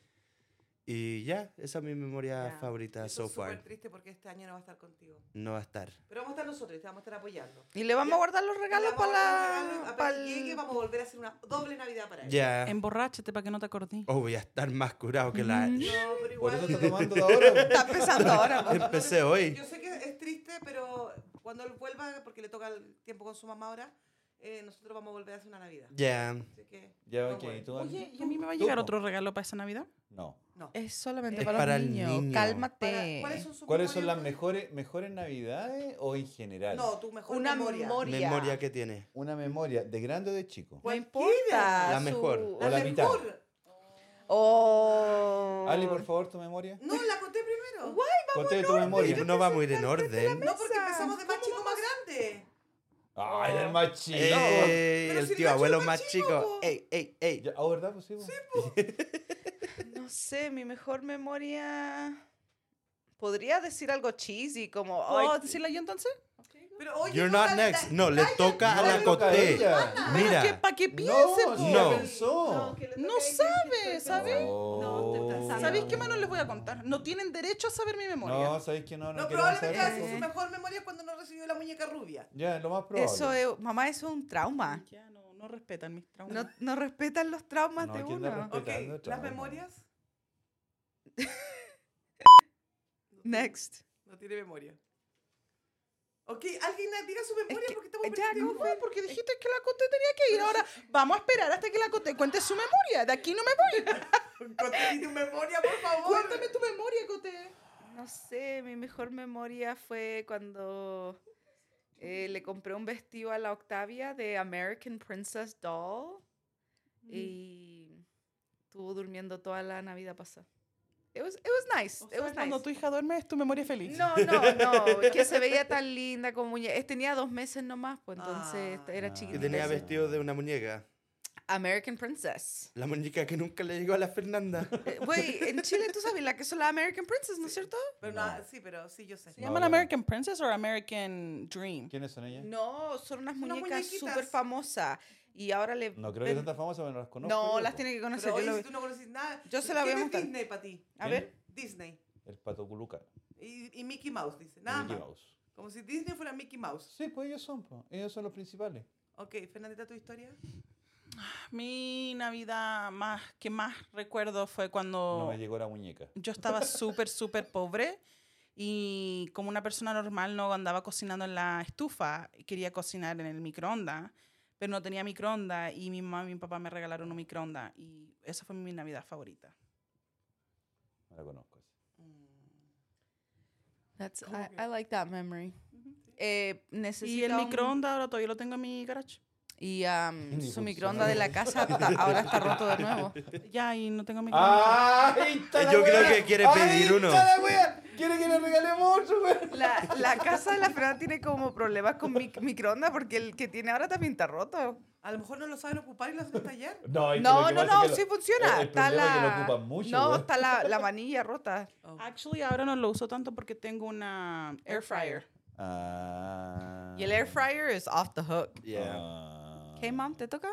S3: Y ya, esa es mi memoria
S2: Ya.
S3: favorita
S2: Esto
S3: so
S2: es súper
S3: far.
S2: triste porque este año no va a estar contigo.
S3: No va a estar.
S2: Pero vamos a estar nosotros y te vamos a estar apoyando.
S1: Y le vamos
S2: Ya.
S1: a guardar los regalos para la.
S2: Apenas
S1: pa'l-
S2: llegue, vamos a volver a hacer una doble Navidad para él.
S3: Ya.
S4: Emborráchate para que no te acordí.
S3: Oh, voy a estar más curado que la...
S2: No, pero
S5: Por
S2: igual.
S5: eso está tomando de ahora.
S1: Está empezando ahora. po.
S3: Empecé hoy.
S2: Yo sé que es triste, pero cuando él vuelva, porque le toca el tiempo con su mamá ahora, eh, nosotros vamos a volver a hacer una Navidad.
S3: Ya.
S2: Así que.
S5: Ya,
S2: no
S5: ok.
S2: worry.
S5: ¿y tú, Andy?
S4: Oye, ¿y a mí me va a
S5: ¿Tú?
S4: llegar otro regalo para esa Navidad?
S5: No.
S2: No.
S4: Es solamente
S3: Es
S4: para,
S3: para
S4: los
S3: el
S4: niños.
S3: niño.
S4: Cálmate.
S2: Para- ¿Cuáles son, sus
S5: ¿Cuáles son
S2: memorias?
S5: las mejores, mejores navidades o en general?
S2: No, tu mejor
S4: Una
S2: memoria.
S4: memoria.
S3: Memoria que tiene.
S5: Una memoria de grande o de chico.
S4: No
S2: Cualquiera.
S4: importa.
S3: La
S4: su-
S3: mejor.
S5: O la mitad.
S2: mejor.
S4: Oh.
S5: Ali, por favor, tu memoria.
S2: No, la conté primero.
S5: Conté de tu memoria.
S3: No vamos a ir en orden.
S2: No, porque empezamos de más chico más grande.
S5: Ay, el más chico.
S3: Ey,
S2: Pero
S3: Eh, el
S2: si
S3: tío
S2: Nacho
S3: abuelo
S2: es
S3: más
S2: más
S3: chico.
S2: chico, po.
S3: Ey, ey, ey.
S5: Ya- Ah, ¿verdad? Pues sí, po.
S4: No sé, mi mejor memoria. Podría decir algo cheesy, como. Oh, decirla yo entonces.
S2: Pero oye,
S3: You're
S2: no,
S3: not
S2: la-
S3: next.
S2: la-
S3: No, le toca a
S5: No,
S3: la
S5: le toca a
S3: Coté.
S5: ella.
S4: Pero que
S3: Mira.
S4: para que
S5: No,
S4: piense,
S5: si
S4: po.
S5: ya
S3: No.
S5: pensó.
S4: No sabe, ¿sabes?
S5: Oh.
S4: ¿Sabéis qué más no les voy a contar? No tienen derecho a saber mi memoria.
S5: No, ¿sabéis que no? No,
S2: No,
S5: queremos
S2: probablemente va a
S5: saber.
S2: decir su mejor memoria es cuando no recibió la muñeca rubia.
S5: Ya, lo más probable.
S1: Eso es, mamá, eso es un trauma.
S4: Ah, Ya no, no respetan mis traumas.
S1: No, no respetan los traumas
S5: No,
S1: de
S5: ¿quién da
S1: uno.
S5: respeto?
S2: Ok,
S5: Petando
S2: ¿las
S5: trauma.
S2: memorias? No tiene-
S1: Next.
S2: No tiene memoria. Ok, alguien diga su memoria porque estamos
S1: ya,
S2: perdiendo
S1: ¿cómo
S2: tiempo.
S4: No, porque dijiste que la Cote tenía que ir. Ahora vamos a esperar hasta que la Cote cuente su memoria. De aquí no me voy.
S2: Conté tu memoria, por favor.
S4: Cuéntame tu memoria, Cote.
S1: No sé, mi mejor memoria fue cuando eh, le compré un vestido a la Octavia de American Princess Doll Mm. y estuvo durmiendo toda la Navidad pasada. It was, it was nice.
S4: O
S1: it
S4: sea,
S1: was
S4: cuando
S1: nice.
S4: tu hija duerme es tu memoria feliz.
S1: No, no, no. Que se veía tan linda como muñeca. Eh, Tenía dos meses nomás, pues entonces
S2: Ah.
S1: era
S5: Ah.
S3: Y
S1: chiquitita.
S3: tenía
S5: Entonces-
S3: vestido de una muñeca.
S1: American Princess.
S3: La muñeca que nunca le llegó a la Fernanda.
S1: Eh, Güey, en Chile tú sabes la que son las American Princess, ¿no es cierto?
S2: Pero
S5: No.
S2: nada, sí, pero sí, yo sé.
S4: ¿Se llaman
S5: No.
S4: American Princess o American Dream?
S5: ¿Quiénes son ellas?
S1: No, son unas
S2: Son unas
S1: muñecas
S2: muñequitas.
S1: súper famosas. Y ahora le.
S5: No creo que
S1: ven-
S5: sean tan famosas, pero no las
S1: No,
S5: conozco. yo,
S1: las
S5: po.
S1: tiene que conocer.
S2: Pero
S1: yo
S2: oye,
S1: lo
S2: si
S1: vi.
S2: tú no conoces nada.
S1: Yo se la
S2: ¿qué
S1: voy a
S2: ves
S1: mostrar.
S2: Disney para ti?
S1: A
S5: ¿Quién?
S1: ver.
S2: Disney.
S5: El pato Culuca. el
S2: Y, y Mickey Mouse, dice. Nada
S5: Mickey
S2: más.
S5: Mouse.
S2: Como si Disney fuera Mickey Mouse.
S5: Sí, pues ellos son, po. ellos son los principales.
S2: Ok, Fernandita, ¿tu historia?
S4: Mi Navidad más que más recuerdo fue cuando...
S5: No me llegó la muñeca.
S4: yo estaba súper, súper pobre y como una persona normal no andaba cocinando en la estufa, quería cocinar en el microondas, pero no tenía microondas y mi mamá y mi papá me regalaron un microondas y esa fue mi Navidad favorita.
S5: No la conozco.
S8: That's I, I like that memory.
S1: Eh,
S4: Y
S1: necesita
S4: el
S1: un-
S4: microondas ahora todavía lo tengo en mi garage.
S1: Y am,
S5: Ni
S1: su
S5: funciona.
S1: microondas de la casa ta- ahora está roto de nuevo.
S4: Ya, y no tengo microondas.
S5: ¡Ay, ¡Ah! está la
S3: Yo creo
S5: wea!
S3: que quiere pedir
S5: ¡Ahí
S3: uno.
S5: está la wea! ¡Quiere que le regalemos otro, weón!
S1: La, la casa de la Fernanda tiene como problemas con mi- microondas porque el que tiene ahora también está roto.
S2: A lo mejor no lo saben ocupar y lo hacen estallar.
S5: No, es que lo
S1: No,
S5: que
S1: no,
S5: pasa
S1: no,
S5: es que
S1: sí
S5: lo-
S1: funciona.
S5: el- el
S1: está
S5: problema es que lo
S1: la...
S5: ocupan mucho,
S1: no,
S5: weón.
S1: está la, la manilla rota.
S4: Actually, ahora no lo uso tanto porque tengo una Oh. air fryer.
S5: Ah.
S1: Y el air fryer es off the hook.
S3: Yeah.
S5: Ah.
S1: Hey, mom, ¿te toca?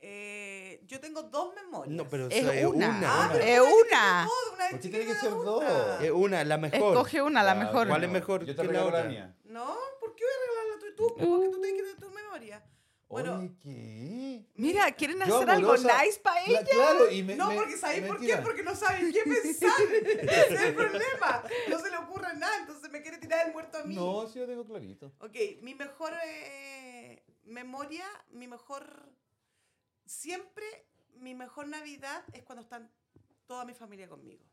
S2: Eh, yo tengo dos memorias.
S3: No, pero o sea,
S1: Es una.
S2: Ah, pero
S1: Es
S2: ¿cómo
S1: una.
S2: No, de una
S5: ¿Por
S2: vez
S5: qué Pues tiene que
S2: chiquita
S5: ser
S2: de
S5: dos?
S2: adulta.
S3: Es una, la mejor.
S1: Escoge una, la
S5: Ah,
S1: mejor.
S3: ¿Cuál es mejor
S5: Yo te
S3: que la
S5: regalo la
S3: otra?
S5: mía.
S2: No, ¿por qué voy a regalarla tú y tú? Porque tú tienes que tener tu memoria. Bueno,
S5: Oye, ¿qué?
S1: Mira, quieren
S5: Yo
S1: hacer algo
S5: amorosa.
S1: nice para
S5: Cla-
S1: ella.
S5: Claro, y me,
S2: no,
S5: me-
S2: porque ¿sabéis
S5: me
S2: por qué?
S5: tira.
S2: Porque no saben qué pensar. Ese es el problema. No se le ocurre nada, entonces me quiere tirar el muerto a mí.
S5: No, sí, yo tengo clarito.
S2: Ok, mi mejor eh, memoria, mi mejor... Siempre mi mejor Navidad es cuando están toda mi familia conmigo.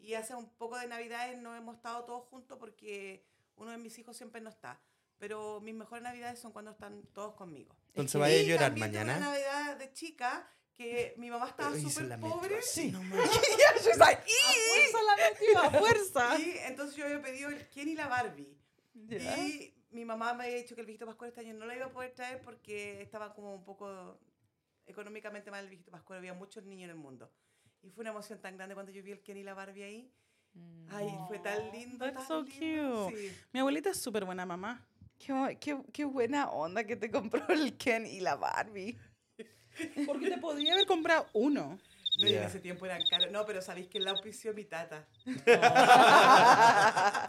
S2: Y hace un poco de Navidades no hemos estado todos juntos porque uno de mis hijos siempre no está. Pero mis mejores Navidades son cuando están todos conmigo.
S3: Entonces vaya a
S2: Y
S3: llorar
S2: también tuve Una
S3: mañana.
S2: Navidad de chica que mi mamá estaba
S3: Pero hizo
S2: súper
S3: la
S2: pobre.
S3: menstruación.
S1: She's like, "Ih".
S4: Fuerza la metí, a fuerza.
S2: Y entonces yo había pedido el Ken y la Barbie. Y mi mamá me había dicho que el viejito Pascual este año no lo iba a poder traer porque estaba como un poco económicamente mal el viejito Pascual. Había muchos niños en el mundo. Y fue una emoción tan grande cuando yo vi el Ken y la Barbie ahí. Ay, fue tan lindo.
S4: Mm. Oh, That's
S2: tan
S4: so
S2: lindo.
S4: cute.
S2: Sí.
S4: Mi abuelita es súper buena mamá.
S1: Qué, bu- qué, qué buena onda que te compró el Ken y la Barbie.
S4: Porque te podía haber comprado uno.
S2: No, y
S3: Yeah.
S2: en ese tiempo eran caros. No, pero sabéis que la auspició mi tata.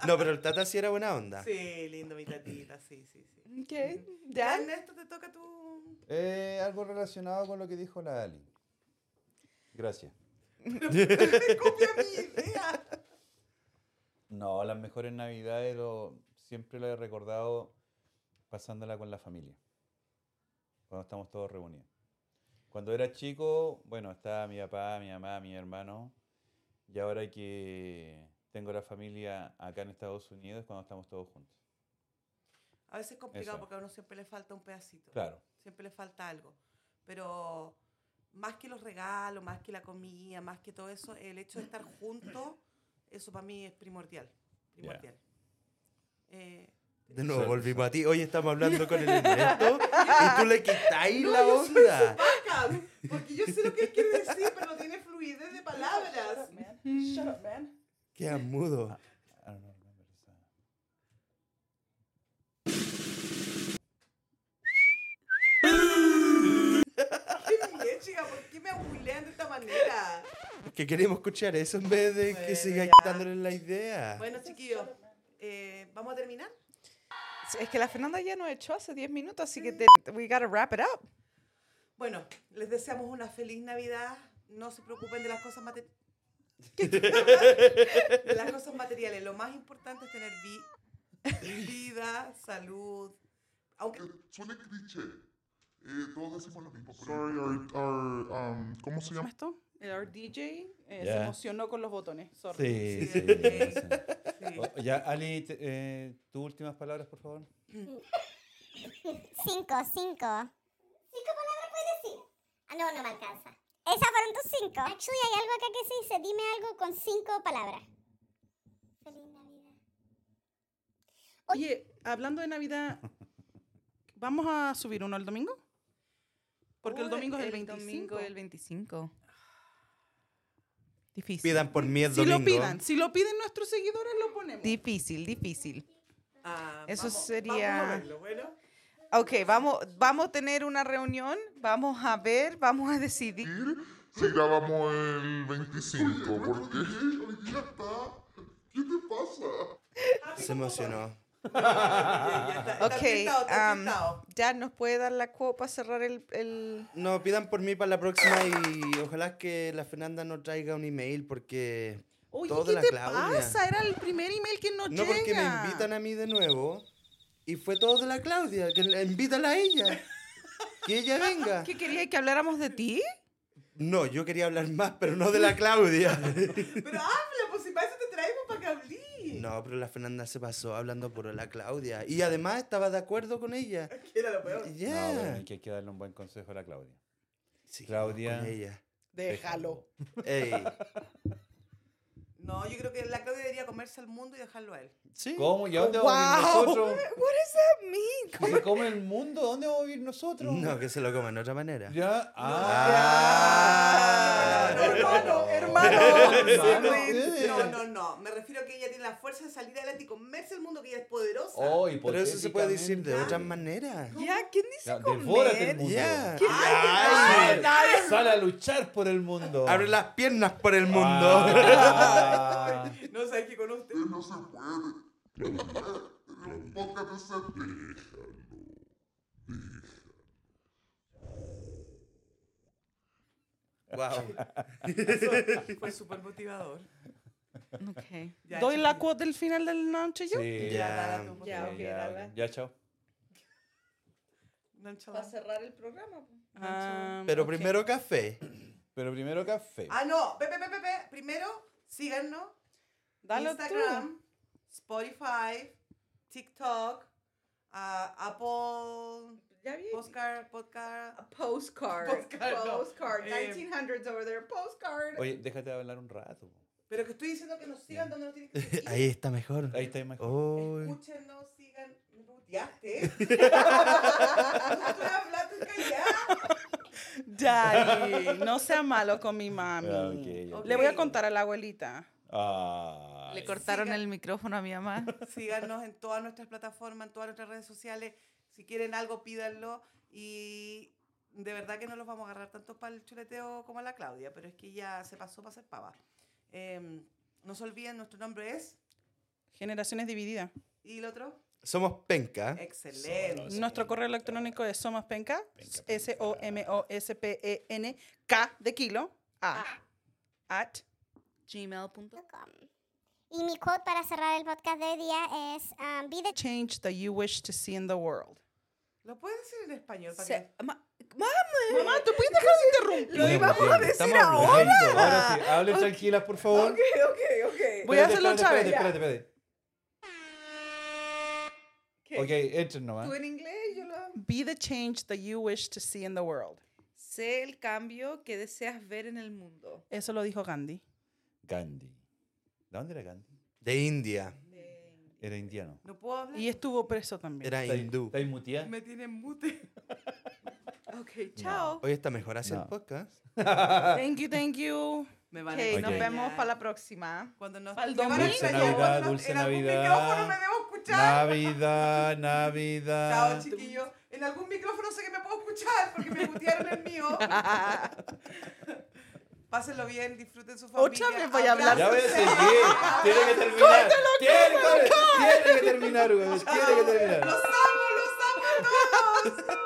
S3: No, pero el Tata sí era buena onda.
S2: Sí, lindo, mi tatita. Sí, sí, sí.
S1: ¿Qué?
S2: Ya,
S1: ¿Ya?
S2: Ernesto, te toca tu...
S5: Eh, algo relacionado con lo que dijo la Ali. Gracias.
S2: Me copia mi idea.
S5: No, las mejores navidades lo, siempre lo he recordado pasándola con la familia. Cuando estamos todos reunidos. Cuando era chico, bueno, estaba mi papá, mi mamá, mi hermano. Y ahora que tengo la familia acá en Estados Unidos es cuando estamos todos juntos.
S2: A veces es complicado
S5: Eso.
S2: porque a uno siempre le falta un pedacito.
S5: Claro.
S2: Siempre le falta algo. Pero más que los regalos, más que la comida, más que todo eso, el hecho de estar juntos, eso para mí es primordial. Primordial. Eh,
S3: De nuevo,
S5: Sorry,
S3: volvimos a ti. Hoy estamos hablando con el Ernesto y tú le quitáis la onda.
S2: Cam, porque yo sé lo que él quiere decir, pero no tiene fluidez de palabras.
S4: man. Shut up, man.
S3: Queda mudo.
S5: I don't know, remember the sound.
S2: Qué bien, chica, ¿por qué me abulean de esta manera?
S3: Que queremos escuchar eso en vez de que
S2: Bueno,
S3: siga
S2: ya.
S3: quitándole la idea.
S2: Bueno, chiquillos, eh, ¿vamos a terminar?
S8: Es que la Fernanda ya nos echó hace 10 minutos, así que te, we gotta wrap it up.
S2: Bueno, les deseamos una feliz Navidad. No se preocupen de las cosas materiales. de las cosas materiales. Lo más importante es tener vi- vida, salud. Aunque
S7: Suena cliché. Eh, todos decimos lo mismo. Pero Sorry, our, our, um, ¿cómo se llama?
S4: esto?
S8: Our DJ.
S4: Eh, Se
S5: Ya.
S4: emocionó con los botones. Sorry.
S5: Sí,
S2: Sí,
S5: sí,
S2: ok.
S5: sí. Oh.
S2: sí.
S5: O- ya, Ali, te- eh, tus últimas palabras, por favor.
S6: Cinco, cinco. ¿Cinco palabras puedes decir? Ah, no, no me alcanza. Esas fueron tus cinco. Actually, hay algo acá que se dice, dime algo con cinco palabras. Feliz Navidad.
S4: Oye, hablando de Navidad, ¿vamos a subir uno el domingo? Porque el
S1: Uy,
S4: domingo es el
S1: El
S4: 25.
S1: domingo es el 25. Difícil.
S3: Pidan por mí el
S4: si
S3: domingo.
S4: lo pidan, si lo piden nuestros seguidores, lo ponemos.
S1: Difícil, difícil.
S2: Ah,
S1: Eso
S2: vamos-
S1: sería-
S2: vamos a verlo, bueno.
S1: Ok, vamos, vamos a tener una reunión, vamos a ver, vamos a decidir.
S7: Ir si grabamos el 25. ¿Por qué? Hoy día está. ¿Qué te pasa?
S3: Se
S2: Ya
S3: emocionó.
S2: está- está
S1: Ok,
S2: ambientado, está
S1: um,
S2: ambientado.
S1: ya nos puede dar la cuota para cerrar el, el-
S3: No, pidan por mí para la próxima y ojalá que la Fernanda no traiga un email porque
S4: Oye,
S3: toda
S4: ¿qué
S3: la
S4: te
S3: Claudia.
S4: pasa? Era el primer email que no,
S3: No,
S4: llega.
S3: porque me invitan a mí de nuevo y fue todo de la Claudia, que la- invítala a ella. Que ella venga.
S1: ¿Qué quería que habláramos de ti?
S3: No, yo quería hablar más, pero no de la Claudia.
S2: Pero habla, pues si para eso te traemos para que hablí.
S3: No, pero la Fernanda se pasó hablando por la Claudia. Y además estaba de acuerdo con ella.
S2: Que era lo peor.
S3: Ya.
S5: No, bueno, que hay que darle un buen consejo a la Claudia.
S3: Sí,
S5: Claudia.
S3: con ella.
S4: Déjalo.
S3: Ey,
S2: No, yo creo que la Claudia debería comerse al mundo y dejarlo a él.
S3: sí.
S5: ¿Cómo? ¿Y a dónde vamos a
S4: ¡Guau!
S5: vivir nosotros?
S1: Mí.
S5: ¿Se come el mundo? ¿Dónde vamos a vivir nosotros?
S3: No, que se lo coman de otra manera.
S5: ¿Ya?
S3: Ah.
S5: Ah.
S4: Hermano, hermano.
S5: Hermano, ustedes.
S2: No, no, no. Me refiero a que ella tiene la fuerza de salir adelante y comerse el mundo, que ella es poderosa.
S5: Oh,
S3: Pero eso se puede decir de
S5: hipotéticamente.
S3: otra manera.
S1: Ya, ¿quién dice
S5: Ya, devórate
S1: comer?
S5: el mundo.
S3: Ya.
S5: Ay, Sale a luchar por el mundo.
S3: Abre las piernas por el mundo. Ah.
S5: Ah.
S2: No sabes qué con usted.
S7: Eh, no se puede. Pero un poco de sentido.
S3: Wow.
S2: Eso fue súper motivador.
S1: Ok.
S2: Ya,
S4: ¿Doy la
S2: chiquillos.
S4: cuota del final del noche yo?
S5: Sí,
S2: Ya, dala tú, por
S5: ya,
S2: favor.
S8: ok,
S5: ya,
S8: dale.
S5: ya, chao.
S2: No, chaval.
S8: Para cerrar el programa.
S4: Ah,
S3: Pero
S4: ok.
S3: primero café.
S5: Pero primero café.
S2: Ah, no. Pepe, pepe, pepe. Primero, síganos.
S4: Dalo tú.
S2: Instagram, Spotify, TikTok, ah, Apple,
S8: Ya vi.
S2: Postcard, Podcast.
S8: A postcard.
S2: Postcard, no.
S8: Postcard.
S2: Eh,
S8: 1900s over there. Postcard.
S5: Oye, déjate hablar un rato.
S2: Pero que estoy diciendo que nos sigan donde nos tienen que seguir.
S3: Ahí está mejor.
S5: Ahí está mejor.
S3: Uy.
S2: Escúchenos, sigan. ¿eh? Me puteaste. Tú estoy hablando callada.
S4: Daddy, no sea malo con mi mami.
S5: Ah, ok, ok.
S4: Le voy a contar a la abuelita.
S5: Ay.
S1: Le cortaron
S2: siga.
S1: el micrófono a mi mamá.
S2: Síganos en todas nuestras plataformas, en todas nuestras redes sociales. Si quieren algo, pídanlo. Y de verdad que no los vamos a agarrar tanto para el chuleteo como a la Claudia, pero es que ya se pasó para ser pava. Em, no se olviden, nuestro nombre es.
S4: Generaciones divididas.
S2: ¿Y el otro?
S3: Somos penca.
S2: Excelente.
S5: Solo
S4: Nuestro correo electrónico es somospenca,
S5: Penca, penca.
S4: E S-O-M-O-S-P-E-N-K de kilo, a,
S1: Ah.
S4: at,
S1: Gmail.com.
S6: Com. Y mi quote para cerrar el podcast de hoy día es, um, be the
S4: change that you wish to see in the world.
S2: ¿Lo puedes decir en español? Para
S1: Se-
S2: que-
S1: ma- ¡Mame!
S4: Mamá, ¿tú puedes dejar de interrumpir?
S1: Lo íbamos a decir
S3: Estamos
S1: ahora.
S3: hablando.
S5: Ahora sí, hablen tranquilas, por favor.
S1: Ok, ok, ok.
S4: Voy a
S5: Espérate,
S4: hacerlo,
S5: espérate,
S4: Chávez,
S5: Espérate, espérate,
S1: ¿Qué?
S5: espérate. Ok, entren nomás.
S1: Tú en inglés, yo lo hago.
S4: Be the change that you wish to see in the world.
S1: Sé el cambio que deseas ver en el mundo.
S4: Eso lo dijo Gandhi.
S5: Gandhi. ¿De dónde era Gandhi?
S3: De India.
S5: Era indiano.
S2: No puedo hablar.
S4: Y estuvo preso también.
S3: Era
S5: ¿Estáis-
S3: hindú.
S5: ¿Estáis muteadas?
S2: Me tienen mute.
S1: Ok, chao.
S3: Hoy está mejor hacia
S5: No.
S3: el podcast.
S4: Thank you, thank you.
S2: Me
S8: Ok,
S2: van a
S8: nos
S5: Ok.
S2: extrañar.
S8: vemos para la próxima.
S2: Cuando nos
S8: pa'l
S2: me van a
S8: domingo.
S5: Dulce
S2: extrañar
S5: Navidad,
S2: cuando
S5: dulce
S2: en algún micrófono me
S5: Navidad.
S2: debo escuchar.
S5: Navidad,
S2: Chao,
S5: Navidad.
S2: chiquillo. En algún micrófono sé que me puedo escuchar porque me mutearon el mío. Pásenlo bien, disfruten su familia.
S4: Otra vez voy a hablar.
S5: Ya voy a
S2: abrácense.
S5: seguir. Tiene que terminar. Tiene, tiene que terminar, güey. Tiene que terminar.
S2: Los amo, los amo a todos.